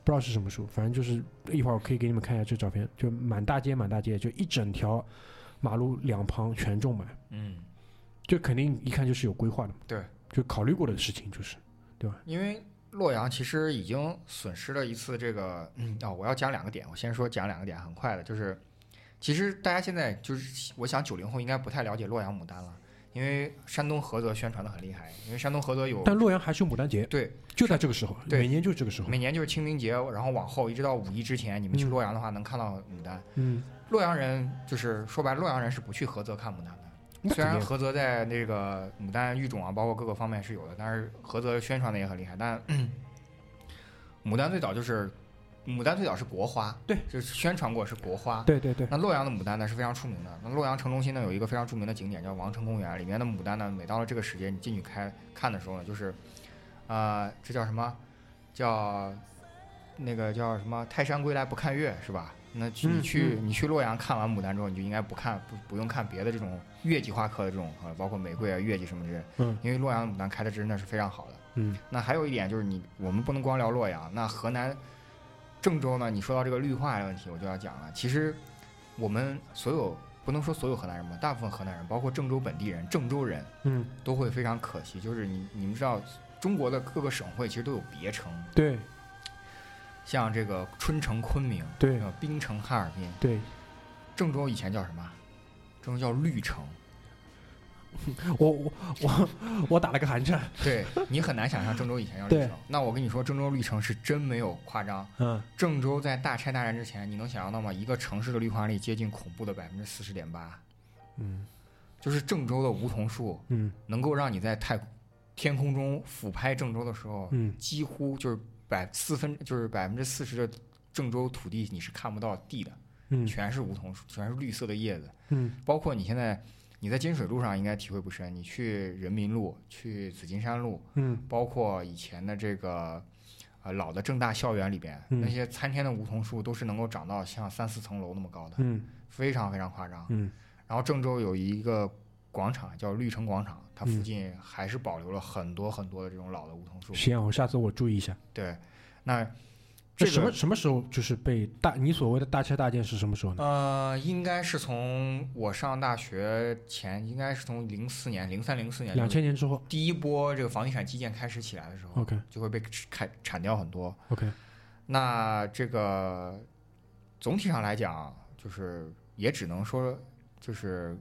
Speaker 2: 不知道是什么树，反正就是一会儿我可以给你们看一下这照片，就满大街满大街，就一整条马路两旁全种满，
Speaker 4: 嗯，
Speaker 2: 这肯定一看就是有规划的嘛，
Speaker 4: 对，
Speaker 2: 就考虑过的事情就是，
Speaker 4: 因为洛阳其实已经损失了一次这个，嗯，哦，我要讲两个点，我先说讲两个点，很快的，就是其实大家现在就是，我想九零后应该不太了解洛阳牡丹了，因为山东菏泽宣传的很厉害，因为山东菏泽有
Speaker 2: 但洛阳还是有牡丹节，
Speaker 4: 哦对，
Speaker 2: 就在这个时候，
Speaker 4: 对
Speaker 2: 每年就这个时候，
Speaker 4: 每年就是清明节，然后往后一直到五一之前，你们去
Speaker 2: 嗯
Speaker 4: 洛阳的话能看到牡丹。
Speaker 2: 嗯，
Speaker 4: 洛阳人就是说白，了，洛阳人是不去菏泽看牡丹的。
Speaker 2: 那
Speaker 4: 虽然
Speaker 2: 肯定
Speaker 4: 菏泽在那个牡丹育种啊，包括各个方面是有的，但是菏泽宣传的也很厉害。但 嗯牡丹最早就是牡丹最早是国花，
Speaker 2: 对，
Speaker 4: 就是宣传过是国花。
Speaker 2: 对对对，
Speaker 4: 那洛阳的牡丹呢是非常出名的。那洛阳城中心呢有一个非常著名的景点叫王城公园，里面的牡丹呢，每到了这个时间你进去开看的时候呢，就是，呃，这叫什么？叫那个叫什么？泰山归来不看月是吧？那去
Speaker 2: 嗯
Speaker 4: 你去、你去洛阳看完牡丹之后，你就应该不看不不用看别的这种月季花科的这种呃，包括玫瑰啊、月季什么之类的，
Speaker 2: 嗯
Speaker 4: 因为洛阳的牡丹开的真的是非常好的。
Speaker 2: 嗯，
Speaker 4: 那还有一点就是你，我们不能光聊洛阳，那河南郑州呢？你说到这个绿化的问题，我就要讲了。其实我们所有不能说所有河南人吧，大部分河南人，包括郑州本地人、郑州人
Speaker 2: 嗯，
Speaker 4: 都会非常可惜，就是你你们知道，中国的各个省会其实都有别称，
Speaker 2: 对
Speaker 4: 像这个春城昆明，
Speaker 2: 对
Speaker 4: 呃，滨城哈尔滨，
Speaker 2: 对，
Speaker 4: 郑州以前叫什么？啊郑州叫绿城，
Speaker 2: 我我我我打了个寒战，
Speaker 4: 对你很难想象郑州以前叫绿
Speaker 2: 对
Speaker 4: 城。那我跟你说，郑州绿城是真没有夸张，
Speaker 2: 嗯，
Speaker 4: 郑州在大拆大建之前，你能想象到吗？一个城市的绿化率接近恐怖的百分之四十点八，
Speaker 2: 嗯
Speaker 4: 就是郑州的梧桐树
Speaker 2: 嗯
Speaker 4: 能够让你在太天空中俯拍郑州的时候，
Speaker 2: 嗯，
Speaker 4: 几乎就是百四分就是百分之四十的郑州土地你是看不到地的，
Speaker 2: 嗯
Speaker 4: 全是梧桐树，全是绿色的叶子。
Speaker 2: 嗯
Speaker 4: 包括你现在你在金水路上应该体会不深，你去人民路、去紫金山路，
Speaker 2: 嗯
Speaker 4: 包括以前的这个呃老的正大校园里边，
Speaker 2: 嗯
Speaker 4: 那些参天的梧桐树都是能够长到像三四层楼那么高的，
Speaker 2: 嗯
Speaker 4: 非常非常夸张。
Speaker 2: 嗯
Speaker 4: 然后郑州有一个广场叫绿城广场，它
Speaker 2: 嗯
Speaker 4: 附近还是保留了很多很多的这种老的梧桐树。
Speaker 2: 行，啊我下次我注意一下。
Speaker 4: 对，那
Speaker 2: 那
Speaker 4: 这个
Speaker 2: 什么什么时候就是被大你所谓的大拆大建是什么时候呢？
Speaker 4: 呃，应该是从我上大学前，应该是从零四年、零三、零四哦年哦
Speaker 2: 两千嗯年之后
Speaker 4: 第一波这个房地产基建开始起来的时候，
Speaker 2: ，OK
Speaker 4: 就会被砍铲掉很多。
Speaker 2: OK，
Speaker 4: 那这个总体上来讲，就是也只能说，就是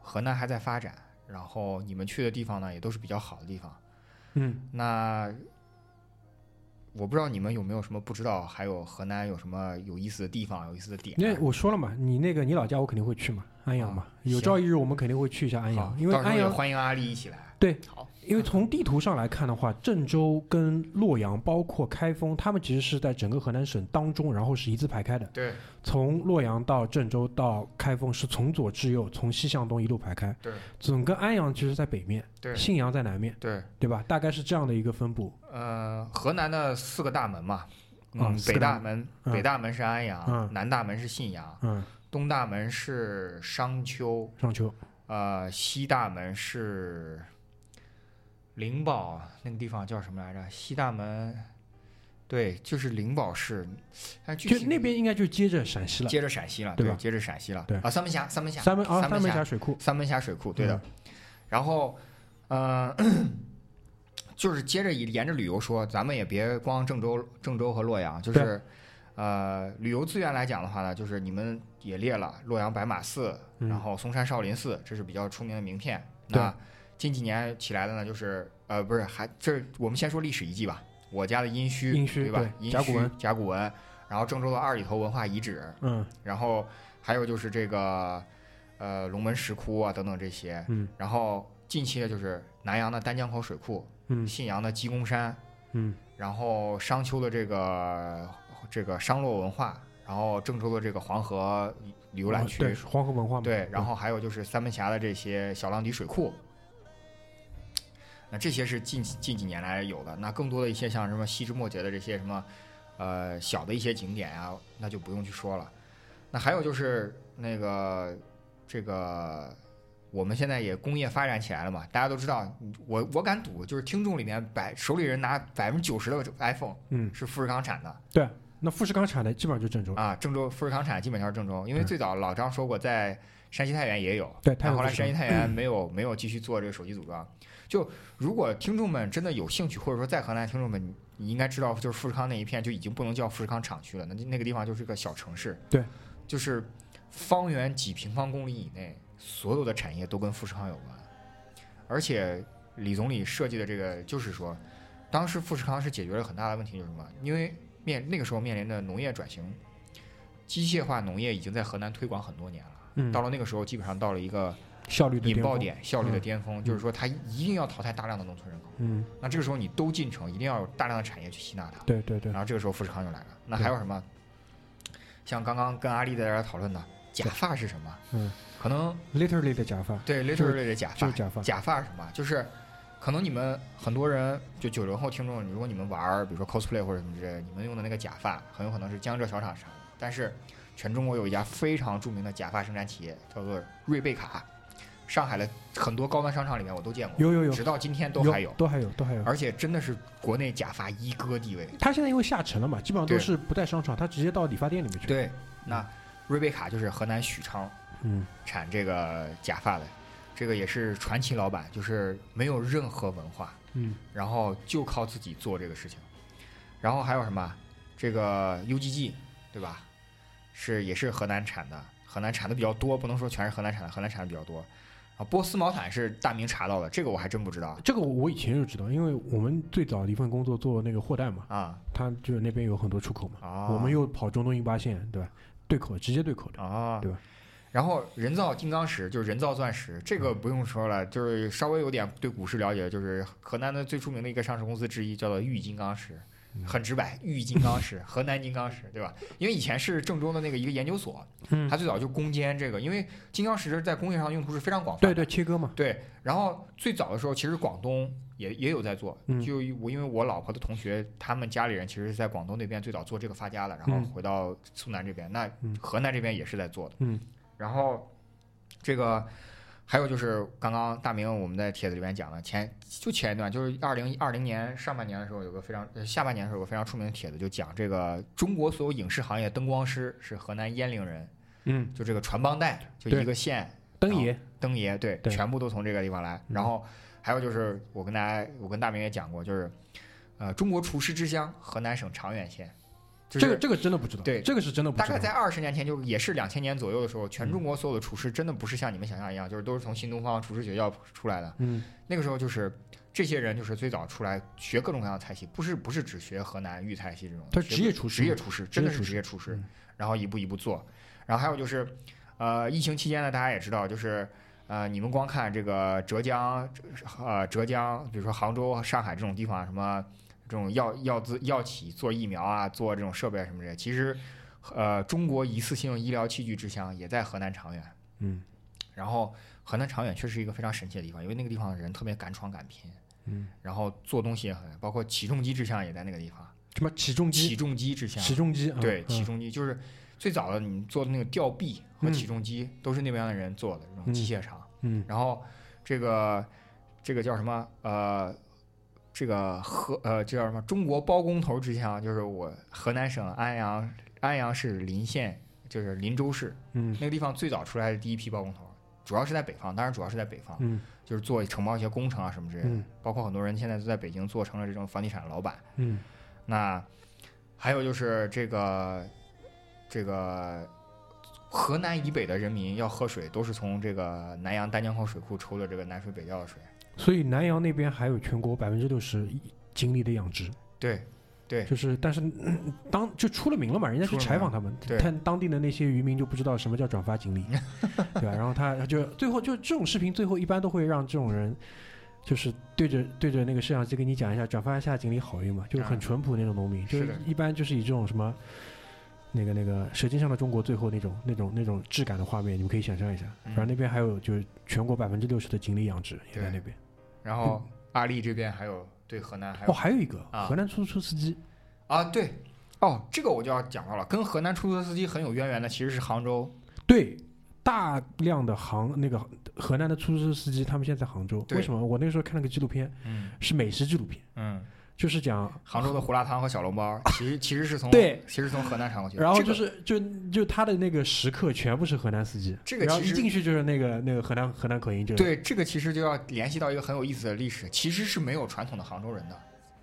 Speaker 4: 河南还在发展，然后你们去的地方呢，也都是比较好的地方。
Speaker 2: 嗯，
Speaker 4: 那我不知道你们有没有什么不知道，还有河南有什么有意思的地方、有意思的点？啊
Speaker 2: 因为我说了嘛，你那个你老家我肯定会去嘛，安阳嘛，有朝一日我们肯定会去一下安
Speaker 4: 哦好
Speaker 2: 阳，因为
Speaker 4: 到时候
Speaker 2: 安
Speaker 4: 也
Speaker 2: 阳
Speaker 4: 欢迎阿丽一起来。
Speaker 2: 对，
Speaker 4: 好，
Speaker 2: 因为从地图上来看的话，郑州跟洛阳，包括开封，他们其实是在整个河南省当中，然后是一字排开的。
Speaker 4: 对
Speaker 2: 从洛阳到郑州到开封是从左至右，从西向东一路排开。
Speaker 4: 对
Speaker 2: 整个安阳其实在北面，
Speaker 4: 对
Speaker 2: 信阳在南面，
Speaker 4: 对，
Speaker 2: 对吧？大概是这样的一个分布。
Speaker 4: 呃，河南的四个大门嘛，
Speaker 2: 啊
Speaker 4: 嗯，
Speaker 2: 四
Speaker 4: 北
Speaker 2: 个
Speaker 4: 大
Speaker 2: 大
Speaker 4: 门，
Speaker 2: 嗯
Speaker 4: 北大门是安阳，
Speaker 2: 嗯
Speaker 4: 南大门是信阳，
Speaker 2: 嗯，
Speaker 4: 东大门是商丘，
Speaker 2: 上丘，
Speaker 4: 呃，西大门是灵宝那个地方叫什么来着？西大门，对，就是灵宝市，但具
Speaker 2: 就
Speaker 4: 体
Speaker 2: 那边应该就接着陕西了。
Speaker 4: 接着陕西了，
Speaker 2: 对
Speaker 4: 对，
Speaker 2: 吧
Speaker 4: 接着陕西了，
Speaker 2: 对
Speaker 4: 啊，三门峡，三门峡，
Speaker 2: 三门啊，
Speaker 4: 三
Speaker 2: 三
Speaker 4: 门
Speaker 2: 门
Speaker 4: 峡
Speaker 2: 峡水库，
Speaker 4: 三门峡水库，
Speaker 2: 嗯
Speaker 4: 对的。然后，呃， 就是接着以沿着旅游说，咱们也别光郑州、郑州和洛阳，就是呃，旅游资源来讲的话呢，就是你们也列了洛阳白马寺，
Speaker 2: 嗯
Speaker 4: 然后嵩山少林寺，这是比较出名的名片。那近几年起来的呢，就是呃，不是还这是我们先说历史遗迹吧，我家的殷墟，
Speaker 2: 殷墟
Speaker 4: 对吧
Speaker 2: 对？
Speaker 4: 殷
Speaker 2: 甲骨
Speaker 4: 墟
Speaker 2: 文、
Speaker 4: 甲骨文，然后郑州的二里头文化遗址，
Speaker 2: 嗯
Speaker 4: 然后还有就是这个呃龙门石窟啊等等这些，
Speaker 2: 嗯
Speaker 4: 然后近期的就是南阳的丹江口水库、
Speaker 2: 嗯
Speaker 4: 信阳的鸡公山，
Speaker 2: 嗯
Speaker 4: 然后商丘的这个这个商洛文化，然后郑州的这个黄河浏览区，
Speaker 2: 啊哦对黄河文化嘛，
Speaker 4: 对，然后还有就是三门峡的这些小浪底水库。那这些是近近几年来有的，那更多的一些像什么细枝末节的这些什么，呃，小的一些景点啊，那就不用去说了。那还有就是那个这个，我们现在也工业发展起来了嘛，大家都知道，我我敢赌，就是听众里面百手里人拿百分之九十的 iPhone
Speaker 2: 嗯，
Speaker 4: 是富士康产的，
Speaker 2: 那富士康产的基本上就郑州，
Speaker 4: 啊，郑州富士康产基本上是郑州，因为
Speaker 2: 嗯
Speaker 4: 最早老张说过，在山西太原也有，
Speaker 2: 对太
Speaker 4: 但
Speaker 2: 原
Speaker 4: 后来
Speaker 2: 富士康
Speaker 4: 山 西太原没有没有继续做这个手机组装。就如果听众们真的有兴趣，或者说在河南听众们，你应该知道，就是富士康那一片就已经不能叫富士康厂区了，那那个地方就是个小城市，
Speaker 2: 对，
Speaker 4: 就是方圆几平方公里以内，所有的产业都跟富士康有关，而且李总理设计的这个就是说，当时富士康是解决了很大的问题，就是什么？因为面那个时候面临的农业转型，机械化农业已经在河南推广很多年了。
Speaker 2: 嗯，
Speaker 4: 到了那个时候，基本上到了一个
Speaker 2: 效率的
Speaker 4: 引
Speaker 2: 巅
Speaker 4: 爆
Speaker 2: 峰，
Speaker 4: 点、效率的巅峰，就是说它一定要淘汰大量的农村人口。
Speaker 2: 嗯，
Speaker 4: 那这个时候你都进城，一定要有大量的产业去吸纳它。
Speaker 2: 对对对
Speaker 4: 然，后这个时候富士康就来了。那还有什么？像刚刚跟阿丽在这儿讨论的，假发是什么？
Speaker 2: 嗯，
Speaker 4: 可能
Speaker 2: literally 的假发，
Speaker 4: 对
Speaker 2: 是
Speaker 4: literally 的假
Speaker 2: 就
Speaker 4: 发
Speaker 2: 是，假发，
Speaker 4: 假发是什么？就是可能你们很多人就九零后听众，如果你们玩儿，比如说 cosplay 或者什么之类的，你们用的那个假发很有可能是江浙小厂产的。但是全中国有一家非常著名的假发生产企业，叫做瑞贝卡，上海的很多高端商场里面我都见过，
Speaker 2: 有有有
Speaker 4: 直到今天都还有，
Speaker 2: 都还有都还有。
Speaker 4: 而且真的是国内假发一哥地位。
Speaker 2: 他现在因为下沉了嘛，基本上都
Speaker 4: 对
Speaker 2: 是不在商场，他直接到理发店里面去。，
Speaker 4: 对，那瑞贝卡就是河南许昌
Speaker 2: 嗯，
Speaker 4: 产这个假发的，这个也是传奇老板，就是没有任何文化，
Speaker 2: 嗯，
Speaker 4: 然后就靠自己做这个事情。然后还有什么？这个 UGG 对吧？是也是河南产的，河南产的比较多，不能说全是河南产的，河南产的比较多。啊，波斯毛毯是大明查到的，这个我还真不知道
Speaker 2: 这个我以前就知道，因为我们最早的一份工作做那个货代嘛，
Speaker 4: 啊
Speaker 2: 他就是那边有很多出口嘛，
Speaker 4: 啊！
Speaker 2: 我们又跑中东印巴线，对吧？对口直接对口的，
Speaker 4: 啊，
Speaker 2: 对吧？
Speaker 4: 然后人造金刚石就是人造钻石，这个不用说了，就是稍微有点对股市了解，就是河南的最出名的一个上市公司之一，叫做豫金刚石，
Speaker 2: 嗯
Speaker 4: 很直白，豫金刚石，河南金刚石，对吧？因为以前是郑州的那个一个研究所，
Speaker 2: 嗯
Speaker 4: 它最早就攻坚这个，因为金刚石在工业上用途是非常广泛
Speaker 2: 对
Speaker 4: 的。
Speaker 2: 对，切割嘛，
Speaker 4: 对，然后最早的时候，其实广东也也有在做，
Speaker 2: 嗯
Speaker 4: 就我因为我老婆的同学，他们家里人其实是在广东那边最早做这个发家的，然后
Speaker 2: 嗯
Speaker 4: 回到苏南这边，那
Speaker 2: 嗯
Speaker 4: 河南这边也是在做的，
Speaker 2: 嗯，
Speaker 4: 然后这个。还有就是刚刚大明我们在帖子里面讲的前就前一段就是二零二零年上半年的时候有个非常呃下半年的时候有个非常出名的帖子就讲这个中国所有影视行业灯光师是河南鄢陵人，
Speaker 2: 嗯，
Speaker 4: 就这个传帮带就
Speaker 2: 对
Speaker 4: 一个县
Speaker 2: 灯爷，
Speaker 4: 灯爷，对，
Speaker 2: 对
Speaker 4: 全部都从这个地方来。
Speaker 2: 嗯
Speaker 4: 然后还有就是，我跟大家，我跟大明也讲过，就是，呃，中国厨师之乡，河南省长垣县，就
Speaker 2: 这个
Speaker 4: 是
Speaker 2: 这个真的不知道，
Speaker 4: 对
Speaker 2: 这个是真的不
Speaker 4: 大
Speaker 2: 知
Speaker 4: 概在
Speaker 2: 道。嗯
Speaker 4: 二十年前，就也是两千年左右的时候，全中国所有的厨师真的不是像你们想象一样，就是都是从新东方厨师学校出来的。
Speaker 2: 嗯，
Speaker 4: 那个时候就是这些人就是最早出来学各种各样的菜系，不是不是只学河南豫菜系这种，
Speaker 2: 他
Speaker 4: 学
Speaker 2: 职业厨师
Speaker 4: 职业厨师真的是职
Speaker 2: 职
Speaker 4: 业厨师
Speaker 2: 嗯，
Speaker 4: 然后一步一步做，然后还有就是，呃，疫情期间呢，大家也知道就是。呃，你们光看这个浙江，呃，浙江，比如说杭州、上海这种地方，什么这种药药资药企做疫苗啊，做这种设备啊什么之类的，其实，呃，中国一次性医疗器具之乡也在河南长垣。
Speaker 2: 嗯，
Speaker 4: 然后河南长垣确实是一个非常神奇的地方，因为那个地方的人特别敢闯敢拼，
Speaker 2: 嗯，
Speaker 4: 然后做东西也很，包括起重机之乡也在那个地方，
Speaker 2: 什么起重
Speaker 4: 起
Speaker 2: 机，
Speaker 4: 重机之乡，
Speaker 2: 起重机，啊
Speaker 4: 对，
Speaker 2: 嗯
Speaker 4: 起重机就是最早的你做的那个吊臂和
Speaker 2: 嗯
Speaker 4: 起重机都是那边的人做的这种机械厂，
Speaker 2: 嗯
Speaker 4: 然后这个这个叫什么呃。这个河呃，这叫什么？中国包工头之乡，就是我河南省安阳安阳市临县，就是临州市，
Speaker 2: 嗯
Speaker 4: 那个地方最早出来的第一批包工头，主要是在北方，当然主要是在北方，
Speaker 2: 嗯
Speaker 4: 就是做承包一些工程啊什么之类的。
Speaker 2: 嗯
Speaker 4: 包括很多人现在都在北京做成了这种房地产老板。
Speaker 2: 嗯
Speaker 4: 那还有就是这个这个河南以北的人民要喝水，都是从这个南阳丹江口水库抽的这个南水北调的水。
Speaker 2: 所以南阳那边还有全国百分之六十锦鲤的养殖，
Speaker 4: 对，对
Speaker 2: 就是但是、嗯当就出了名了嘛，人家去
Speaker 4: 出了名
Speaker 2: 采访他们，
Speaker 4: 对
Speaker 2: 但当地的那些渔民就不知道什么叫转发锦 鲤，对吧？然后他就最后就这种视频，最后一般都会让这种人。就是对着对着那个摄像机给你讲一下，转发一下锦鲤好运嘛，就是很
Speaker 4: 啊
Speaker 2: 淳朴那种农民，就是是
Speaker 4: 的
Speaker 2: 一般就是以这种什么，那个那个《舌尖上的中国》最后那种那种那种质感的画面，你们可以想象一下。
Speaker 4: 嗯
Speaker 2: 然后那边还有就是全国百分之六十的锦鲤养殖也在
Speaker 4: 对
Speaker 2: 那边。
Speaker 4: 然后
Speaker 2: 嗯
Speaker 4: 阿丽这边还有对河南还有
Speaker 2: 哦，还有一个
Speaker 4: 啊
Speaker 2: 河南出租车司机，
Speaker 4: 啊，对，哦，这个我就要讲到了，跟河南出租车司机很有渊源的其实是杭州，
Speaker 2: 对，大量的杭那个河南的出租车司机，他们现在在杭州。
Speaker 4: 对
Speaker 2: 为什么？我那个时候看了个纪录片，
Speaker 4: 嗯
Speaker 2: 是美食纪录片，
Speaker 4: 嗯，
Speaker 2: 就是讲
Speaker 4: 杭州的胡辣汤和小 笼包，其实其实是从
Speaker 2: 对，
Speaker 4: 其实从河南传过去的。
Speaker 2: 然后
Speaker 4: 这
Speaker 2: 就
Speaker 4: 个
Speaker 2: 是、就就他的那个食客全部是河南司机，
Speaker 4: 这个
Speaker 2: 然后
Speaker 4: 其
Speaker 2: 一
Speaker 4: 实
Speaker 2: 进去就是那个那个河南河南口音，就是
Speaker 4: 对，这个其实就要联系到一个很有意思的历史，其实是没有传统的杭州人的。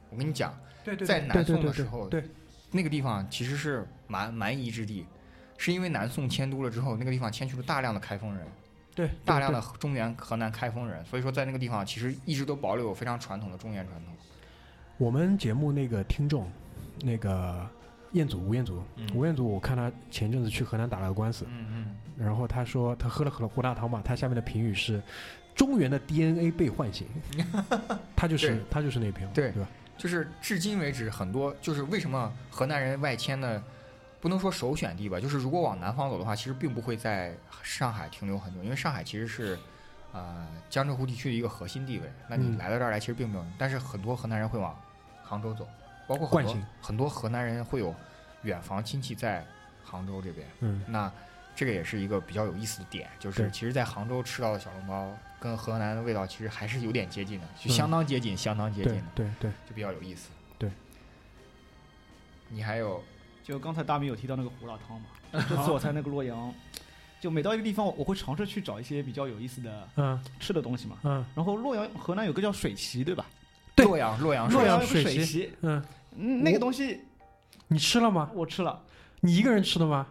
Speaker 4: 我跟你讲，
Speaker 2: 对对
Speaker 4: 在
Speaker 2: 对
Speaker 4: 南
Speaker 2: 对对
Speaker 4: 宋的
Speaker 2: 对对
Speaker 4: 时候
Speaker 2: 对
Speaker 4: 那个地方其实是蛮蛮夷之地，是因为南宋迁都了之后，那个地方迁去了大量的开封人，
Speaker 2: 对
Speaker 4: 大量的中原河南开封人，所以说在那个地方其实一直都保留有非常传统的中原传统。
Speaker 2: 我们节目那个听众，那个彦祖吴彦祖，吴彦祖，我看他前阵子去河南打了个官司，
Speaker 4: 嗯嗯，
Speaker 2: 然后他说他喝了喝了胡辣汤嘛，他下面的评语是“中原的 DNA 被唤 醒”，他就是
Speaker 4: 对
Speaker 2: 他就是那篇嘛，
Speaker 4: 对
Speaker 2: 对吧？
Speaker 4: 就是至今为止，很多就是为什么河南人外迁的，不能说首选地吧，就是如果往南方走的话，其实并不会在上海停留很久，因为上海其实是，呃，江浙沪地区的一个核心地位。那你
Speaker 2: 嗯
Speaker 4: 来到这儿来，其实并没有，但是很多河南人会往杭州走，包括很
Speaker 2: 惯
Speaker 4: 多
Speaker 2: 性
Speaker 4: 很多河南人会有远房亲戚在杭州这边。
Speaker 2: 嗯，
Speaker 4: 那这个也是一个比较有意思的点，就是
Speaker 2: 对
Speaker 4: 其实，在杭州吃到的小笼包跟河南的味道其实还是有点接近的，就相当接近，相当接近
Speaker 2: 嗯对
Speaker 4: 的。
Speaker 2: 对对，
Speaker 4: 就比较有意思。
Speaker 2: 对，
Speaker 4: 你还有
Speaker 3: 就刚才大明有提到那个胡辣汤 嘛，这次我在那个洛阳，就每到一个地方，我会尝试去找一些比较有意思的
Speaker 2: 嗯
Speaker 3: 吃的东西嘛。
Speaker 2: 嗯
Speaker 3: 然后洛阳河南有个叫水席，对吧？
Speaker 2: 对
Speaker 4: 洛阳，洛阳
Speaker 2: 洛
Speaker 4: 水
Speaker 2: 阳
Speaker 3: 有个
Speaker 2: 啊水
Speaker 3: 水
Speaker 2: 席
Speaker 3: 席，
Speaker 2: 嗯，
Speaker 3: 嗯那个
Speaker 2: 我
Speaker 3: 东西
Speaker 2: 你吃了吗？
Speaker 3: 我吃了。
Speaker 2: 你一个人吃的吗？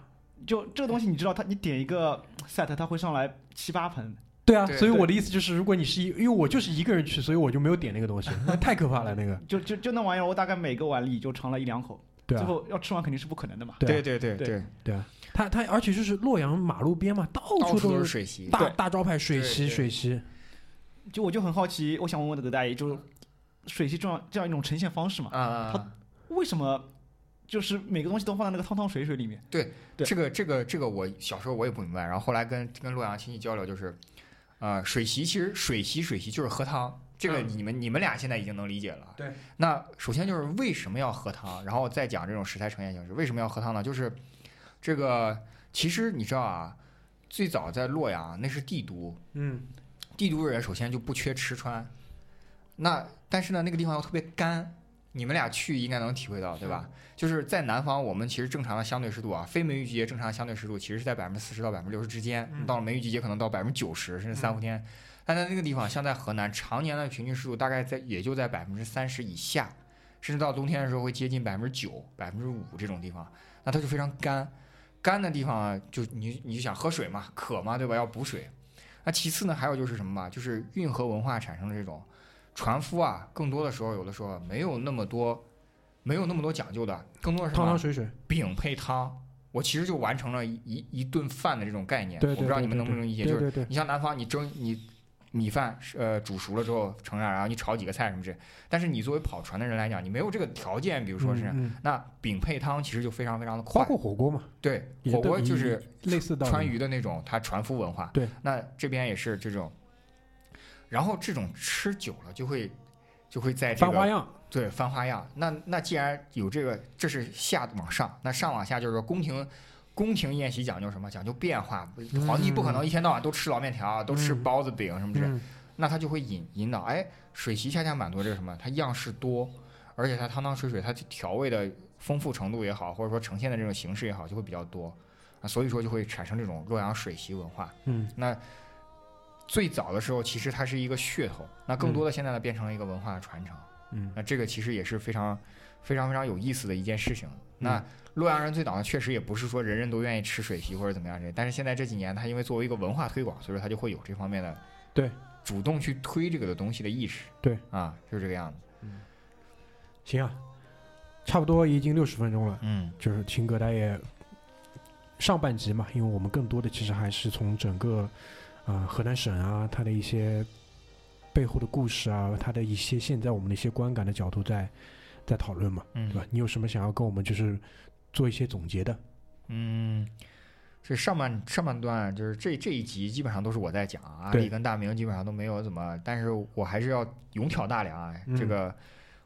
Speaker 3: 就这个东西，你知道它，你点一个呃 set，它会上来七八盆，
Speaker 2: 对啊，
Speaker 4: 对
Speaker 2: 所以
Speaker 3: 对
Speaker 2: 我的意思就是，如果你是一，因为我就是一个人去，所以我就没有点那个 东西，那太可怕了那个，
Speaker 3: 就就就那玩意儿，我大概每个碗里就尝了一两口，
Speaker 2: 对
Speaker 3: 最
Speaker 2: 啊，
Speaker 3: 后要吃完肯定是不可能的嘛。
Speaker 2: 对啊
Speaker 4: 对对
Speaker 3: 对
Speaker 4: 对，
Speaker 2: 对啊，他他而且就是洛阳马路边嘛，到
Speaker 4: 到
Speaker 2: 处
Speaker 4: 处都
Speaker 2: 都
Speaker 4: 是
Speaker 2: 是
Speaker 4: 水席。
Speaker 2: 大
Speaker 3: 对
Speaker 2: 大招牌水席
Speaker 4: 对对
Speaker 2: 水席，
Speaker 3: 就我就很好奇，我想问问葛大爷，就是
Speaker 2: 嗯
Speaker 3: 水席这样这样一种呈现方式嘛，
Speaker 4: 啊啊，啊
Speaker 3: 为什么就是每个东西都放在那个汤汤水水里面？对
Speaker 4: 这个这个这个，我小时候我也不明白，然后后来跟跟洛阳亲戚交流，就是，呃，水席其实水席水席就是喝汤，这个你们、你们俩现在已经能理解了。
Speaker 2: 对。
Speaker 4: 那首先就是为什么要喝汤，然后再讲这种食材呈现形式。为什么要喝汤呢？就是这个，其实你知道啊，最早在洛阳那是帝都，
Speaker 2: 嗯，
Speaker 4: 帝都人首先就不缺吃穿，那但是呢，那个地方又特别干，你们俩去应该能体会到，对吧？就是在南方，我们其实正常的相对湿度啊，非梅雨季节正常的相对湿度其实是在百分之四十到百分之六十之间，
Speaker 2: 嗯
Speaker 4: 到了梅雨季节可能到百分之九十甚至三伏天。但在那个地方，像在河南，常年的平均湿度大概在也就在百分之三十以下，甚至到冬天的时候会接近百分之九、百分之五这种地方，那它就非常干。干的地方啊就你你就想喝水嘛，渴嘛，对吧？要补水。那其次呢，还有就是什么嘛，就是运河文化产生的这种船夫啊，更多的时候有的时候啊没有那么多，没有那么多讲究的，更多的是什
Speaker 2: 汤
Speaker 4: 么
Speaker 2: 汤水水，
Speaker 4: 饼配汤。我其实就完成了一一一顿饭的这种概念，
Speaker 2: 对对
Speaker 4: 我不知道
Speaker 2: 对
Speaker 4: 你们
Speaker 2: 对
Speaker 4: 能不能理解，
Speaker 2: 对
Speaker 4: 就是
Speaker 2: 对对，
Speaker 4: 你像南方，你蒸你米饭是呃煮熟了之后盛上，然后你炒几个菜什么之类。但是你作为跑船的人来讲，你没有这个条件，比如说是、
Speaker 2: 嗯嗯
Speaker 4: 那饼配汤，其实就非常非常的
Speaker 2: 包
Speaker 4: 快。
Speaker 2: 括火锅嘛，
Speaker 4: 对，
Speaker 2: 也
Speaker 4: 火锅
Speaker 2: 都
Speaker 4: 就是
Speaker 2: 类似的
Speaker 4: 川，渝的那种，它船夫文化。
Speaker 2: 对，
Speaker 4: 那这边也是这种，然后这种吃久了就会就会在这
Speaker 2: 翻花
Speaker 4: 个
Speaker 2: 样，
Speaker 4: 对翻花样。那那既然有这个，这是下往上，那上往下就是说宫廷。宫廷宴席讲究什么？讲究变化。皇帝不可能一天到晚都吃老面条，啊都吃
Speaker 2: 嗯
Speaker 4: 包子、饼什么之类。
Speaker 2: 嗯
Speaker 4: 那它就会引引导，哎，水席恰恰满足这个什么？它样式多，而且它汤汤水水，它调味的丰富程度也好，或者说呈现的这种形式也好，就会比较多啊，所以说就会产生这种洛阳水席文化。
Speaker 2: 嗯，
Speaker 4: 那最早的时候，其实它是一个噱头，那更
Speaker 2: 嗯
Speaker 4: 多的现在呢，变成了一个文化的传承。
Speaker 2: 嗯嗯
Speaker 4: 那这个其实也是非常非常非常有意思的一件事情。那洛阳人最早呢，确实也不是说人人都愿意吃水席或者怎么样这，但是现在这几年，他因为作为一个文化推广，所以说他就会有这方面的
Speaker 2: 对
Speaker 4: 主动去推这个的东西的意识。
Speaker 2: 对
Speaker 4: 啊，就是这个样子。
Speaker 2: 行啊，差不多已经六十分钟了，
Speaker 4: 嗯
Speaker 2: 就是秦葛大爷上半集嘛，因为我们更多的其实还是从整个啊、呃河南省啊，它的一些背后的故事啊，它的一些现在我们的一些观感的角度在在讨论嘛，
Speaker 4: 嗯
Speaker 2: 对吧？你有什么想要跟我们就是做一些总结的？
Speaker 4: 嗯，这上半上半段就是这这一集基本上都是我在讲啊，阿
Speaker 2: 对
Speaker 4: 丽跟大明基本上都没有怎么，但是我还是要勇挑大梁啊。这
Speaker 2: 嗯
Speaker 4: 个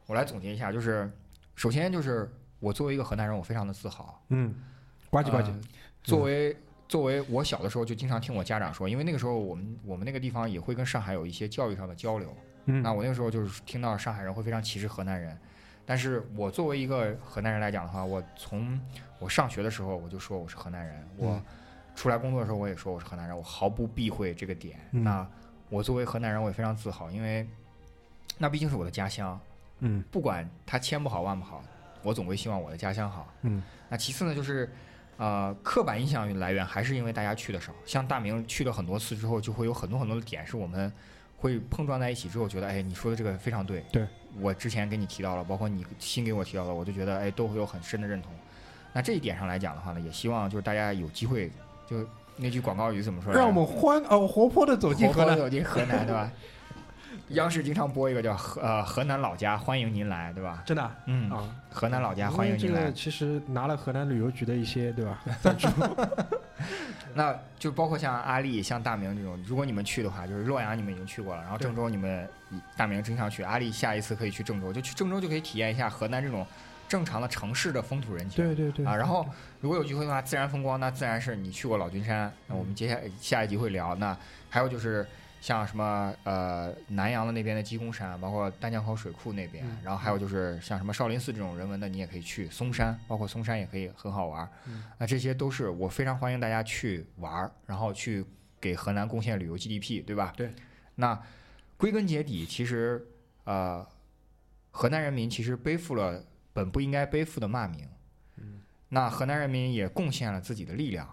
Speaker 4: 我来总结一下，就是首先就是我作为一个河南人，我非常的自豪。
Speaker 2: 嗯，呱唧呱唧
Speaker 4: 呃，作为作为我小的时候就经常听我家长说，因为那个时候我们我们那个地方也会跟上海有一些教育上的交流。
Speaker 2: 嗯，
Speaker 4: 那我那个时候就是听到上海人会非常歧视河南人，但是我作为一个河南人来讲的话，我从我上学的时候我就说我是河南人，我
Speaker 2: 嗯
Speaker 4: 出来工作的时候我也说我是河南人，我毫不避讳这个点。
Speaker 2: 嗯
Speaker 4: 那我作为河南人，我也非常自豪，因为那毕竟是我的家乡，
Speaker 2: 嗯
Speaker 4: 不管它千不好万不好，我总归希望我的家乡好。
Speaker 2: 嗯
Speaker 4: 那其次呢，就是呃，刻板印象来源还是因为大家去的少。像大明去了很多次之后，就会有很多很多的点是我们会碰撞在一起之后，觉得哎，你说的这个非常对。
Speaker 2: 对，
Speaker 4: 我之前跟你提到了，包括你新给我提到的，我就觉得哎，都会有很深的认同。那这一点上来讲的话呢，也希望就是大家有机会，就那句广告语怎么说来着？
Speaker 2: 让我们欢呃活泼的走进河南，
Speaker 4: 走进河南，对吧？央视经常播一个叫河呃河南老家欢迎您来，对吧？
Speaker 2: 真的啊
Speaker 4: 嗯，
Speaker 2: 啊，
Speaker 4: 河南老家
Speaker 2: 因
Speaker 4: 欢迎
Speaker 2: 为这
Speaker 4: 您来
Speaker 2: 个。其实拿了河南旅游局的一些对 吧？
Speaker 4: 那就包括像阿丽、像大明这种，如果你们去的话，就是洛阳你们已经去过了，然后郑州你们大明经常去，阿丽下一次可以去郑州，就去郑州就可以体验一下河南这种正常的城市的风土人情。
Speaker 2: 对对对
Speaker 4: 啊，然后如果有机会的话，自然风光那自然是你去过老君山，那我
Speaker 2: 嗯
Speaker 4: 们接下下一集会聊。那还有就是像什么呃南阳的那边的鸡公山，包括丹江口水库那边，
Speaker 2: 嗯
Speaker 4: 然后还有就是像什么少林寺这种人文的，你也可以去嵩山，包括嵩山也可以很好玩儿。
Speaker 2: 嗯
Speaker 4: 那这些都是我非常欢迎大家去玩儿，然后去给河南贡献旅游 GDP，对吧？
Speaker 2: 对。
Speaker 4: 那归根结底，其实呃，河南人民其实背负了本不应该背负的骂名。
Speaker 2: 嗯
Speaker 4: 那河南人民也贡献了自己的力量。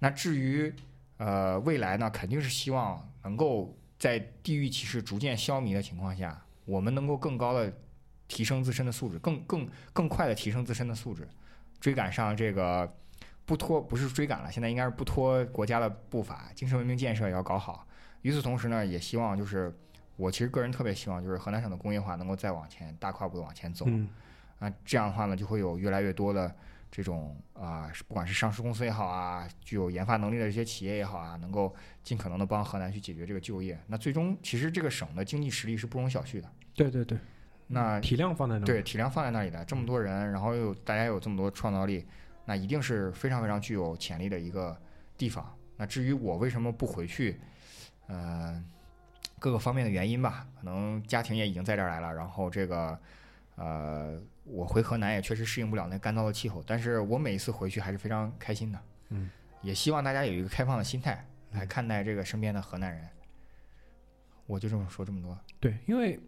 Speaker 4: 那至于呃未来呢，肯定是希望能够在地域歧视逐渐消弭的情况下，我们能够更高的提升自身的素质，更更更快的提升自身的素质，追赶上这个不拖不是追赶了，现在应该是不拖国家的步伐，精神文明建设也要搞好。与此同时呢，也希望就是我其实个人特别希望就是河南省的工业化能够再往前大跨步的往前走。
Speaker 2: 嗯
Speaker 4: 啊，这样的话呢，就会有越来越多的这种啊、是不管是上市公司也好啊，具有研发能力的这些企业也好啊，能够尽可能的帮河南去解决这个就业。那最终，其实这个省的经济实力是不容小觑的。
Speaker 2: 对对对，
Speaker 4: 那
Speaker 2: 体量放在那儿
Speaker 4: 哎对体量放在那里的这么多人，然后又有大家有这么多创造力，那一定是非常非常具有潜力的一个地方。那至于我为什么不回去，呃，各个方面的原因吧，可能家庭也已经在这儿来了，然后这个呃，我回河南也确实适应不了那干燥的气候，但是我每一次回去还是非常开心的。
Speaker 2: 嗯，
Speaker 4: 也希望大家有一个开放的心态来
Speaker 2: 嗯
Speaker 4: 看待这个身边的河南人。我就这么说这么多。
Speaker 2: 对，因为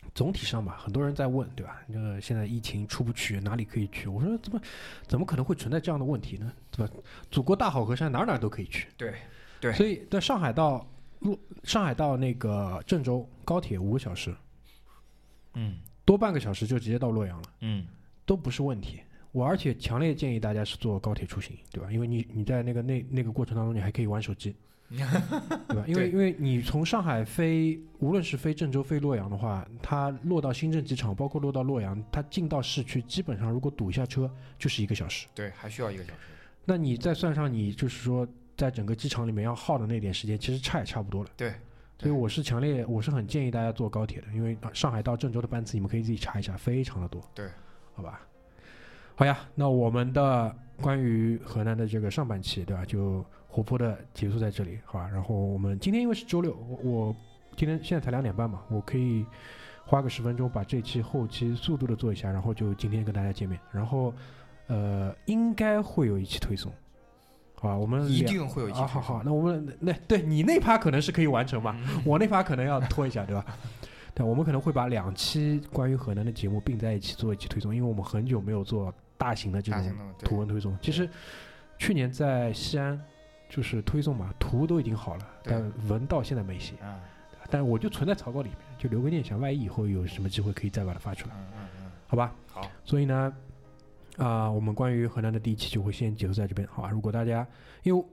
Speaker 2: 总体上吧，很多人在问，对吧？这个现在疫情出不去，哪里可以去？我说怎么怎么可能会存在这样的问题呢？对吧？祖国大好河山，哪儿哪儿都可以去。
Speaker 4: 对，对
Speaker 2: 所以在上海到路，上海到那个郑州高铁五个小时，
Speaker 4: 嗯
Speaker 2: 多半个小时就直接到洛阳了，
Speaker 4: 嗯
Speaker 2: 都不是问题。我而且强烈建议大家是坐高铁出行，对吧？因为你你在那个那那个过程当中，你还可以玩手机，对吧？因为因为你从上海飞，无论是飞郑州、飞洛阳的话，它落到深圳机场，包括落到洛阳，它进到市区，基本上如果堵一下车，就是一个小时。
Speaker 4: 对，还需要一个小时。
Speaker 2: 那你再算上你就是说在整个机场里面要耗的那点时间，其实差也差不多了。
Speaker 4: 对，
Speaker 2: 所以我是强烈，我是很建议大家坐高铁的，因为上海到郑州的班次你们可以自己查一下，非常的多。
Speaker 4: 对，
Speaker 2: 好吧。好呀，那我们的关于河南的这个上半期，对吧？就活泼的结束在这里，好吧？然后我们今天因为是周六，我我今天现在才两点半嘛，我可以花个十分钟把这期后期速度的做一下，然后就今天跟大家见面。然后呃，应该会有一期推送，好吧？我们
Speaker 4: 一
Speaker 2: 两
Speaker 4: 定会有一期
Speaker 2: 啊，
Speaker 4: 嗯
Speaker 2: 好好，那我们那对你那趴可能是可以完成吧，我那趴可能要拖一下，对吧？但我们可能会把两期关于河南的节目并在一起做一期推送，因为我们很久没有做大型的这
Speaker 4: 大
Speaker 2: 种
Speaker 4: 型的对
Speaker 2: 图文推送。其实去年在西安就是推送嘛，图都已经好了，
Speaker 4: 对
Speaker 2: 但文到现在没写。
Speaker 4: 嗯
Speaker 2: 但我就存在草稿里面，就留个念想，万一以后有什么机会可以再把它发出来，
Speaker 4: 嗯嗯嗯，
Speaker 2: 好吧？
Speaker 4: 好，
Speaker 2: 所以呢，啊、我们关于河南的第一期就会先结束在这边，好吧？如果大家因为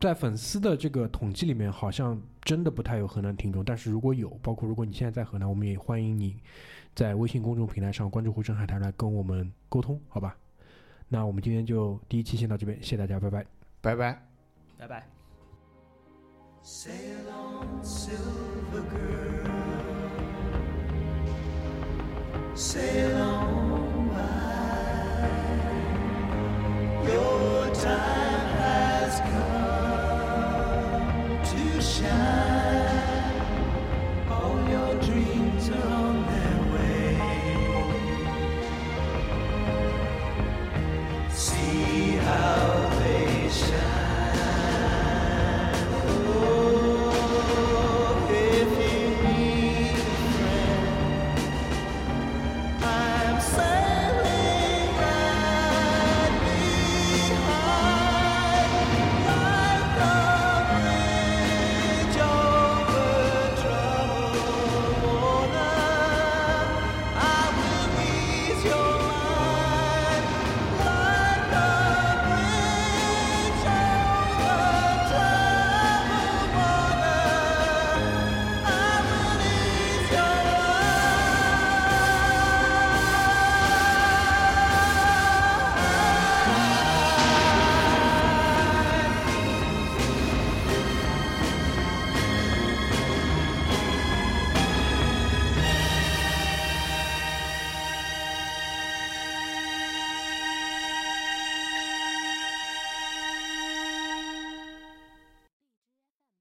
Speaker 2: 在粉丝的这个统计里面，好像真的不太有河南听众，但是如果有，包括如果你现在在河南，我们也欢迎你在微信公众平台上关注“湖声海滩”来跟我们沟通，好吧？那我们今天就第一期先到这边，谢谢大家，拜拜。
Speaker 4: 拜拜。
Speaker 3: 拜拜。
Speaker 1: Sail on, silver girl. Sail on by your Oh,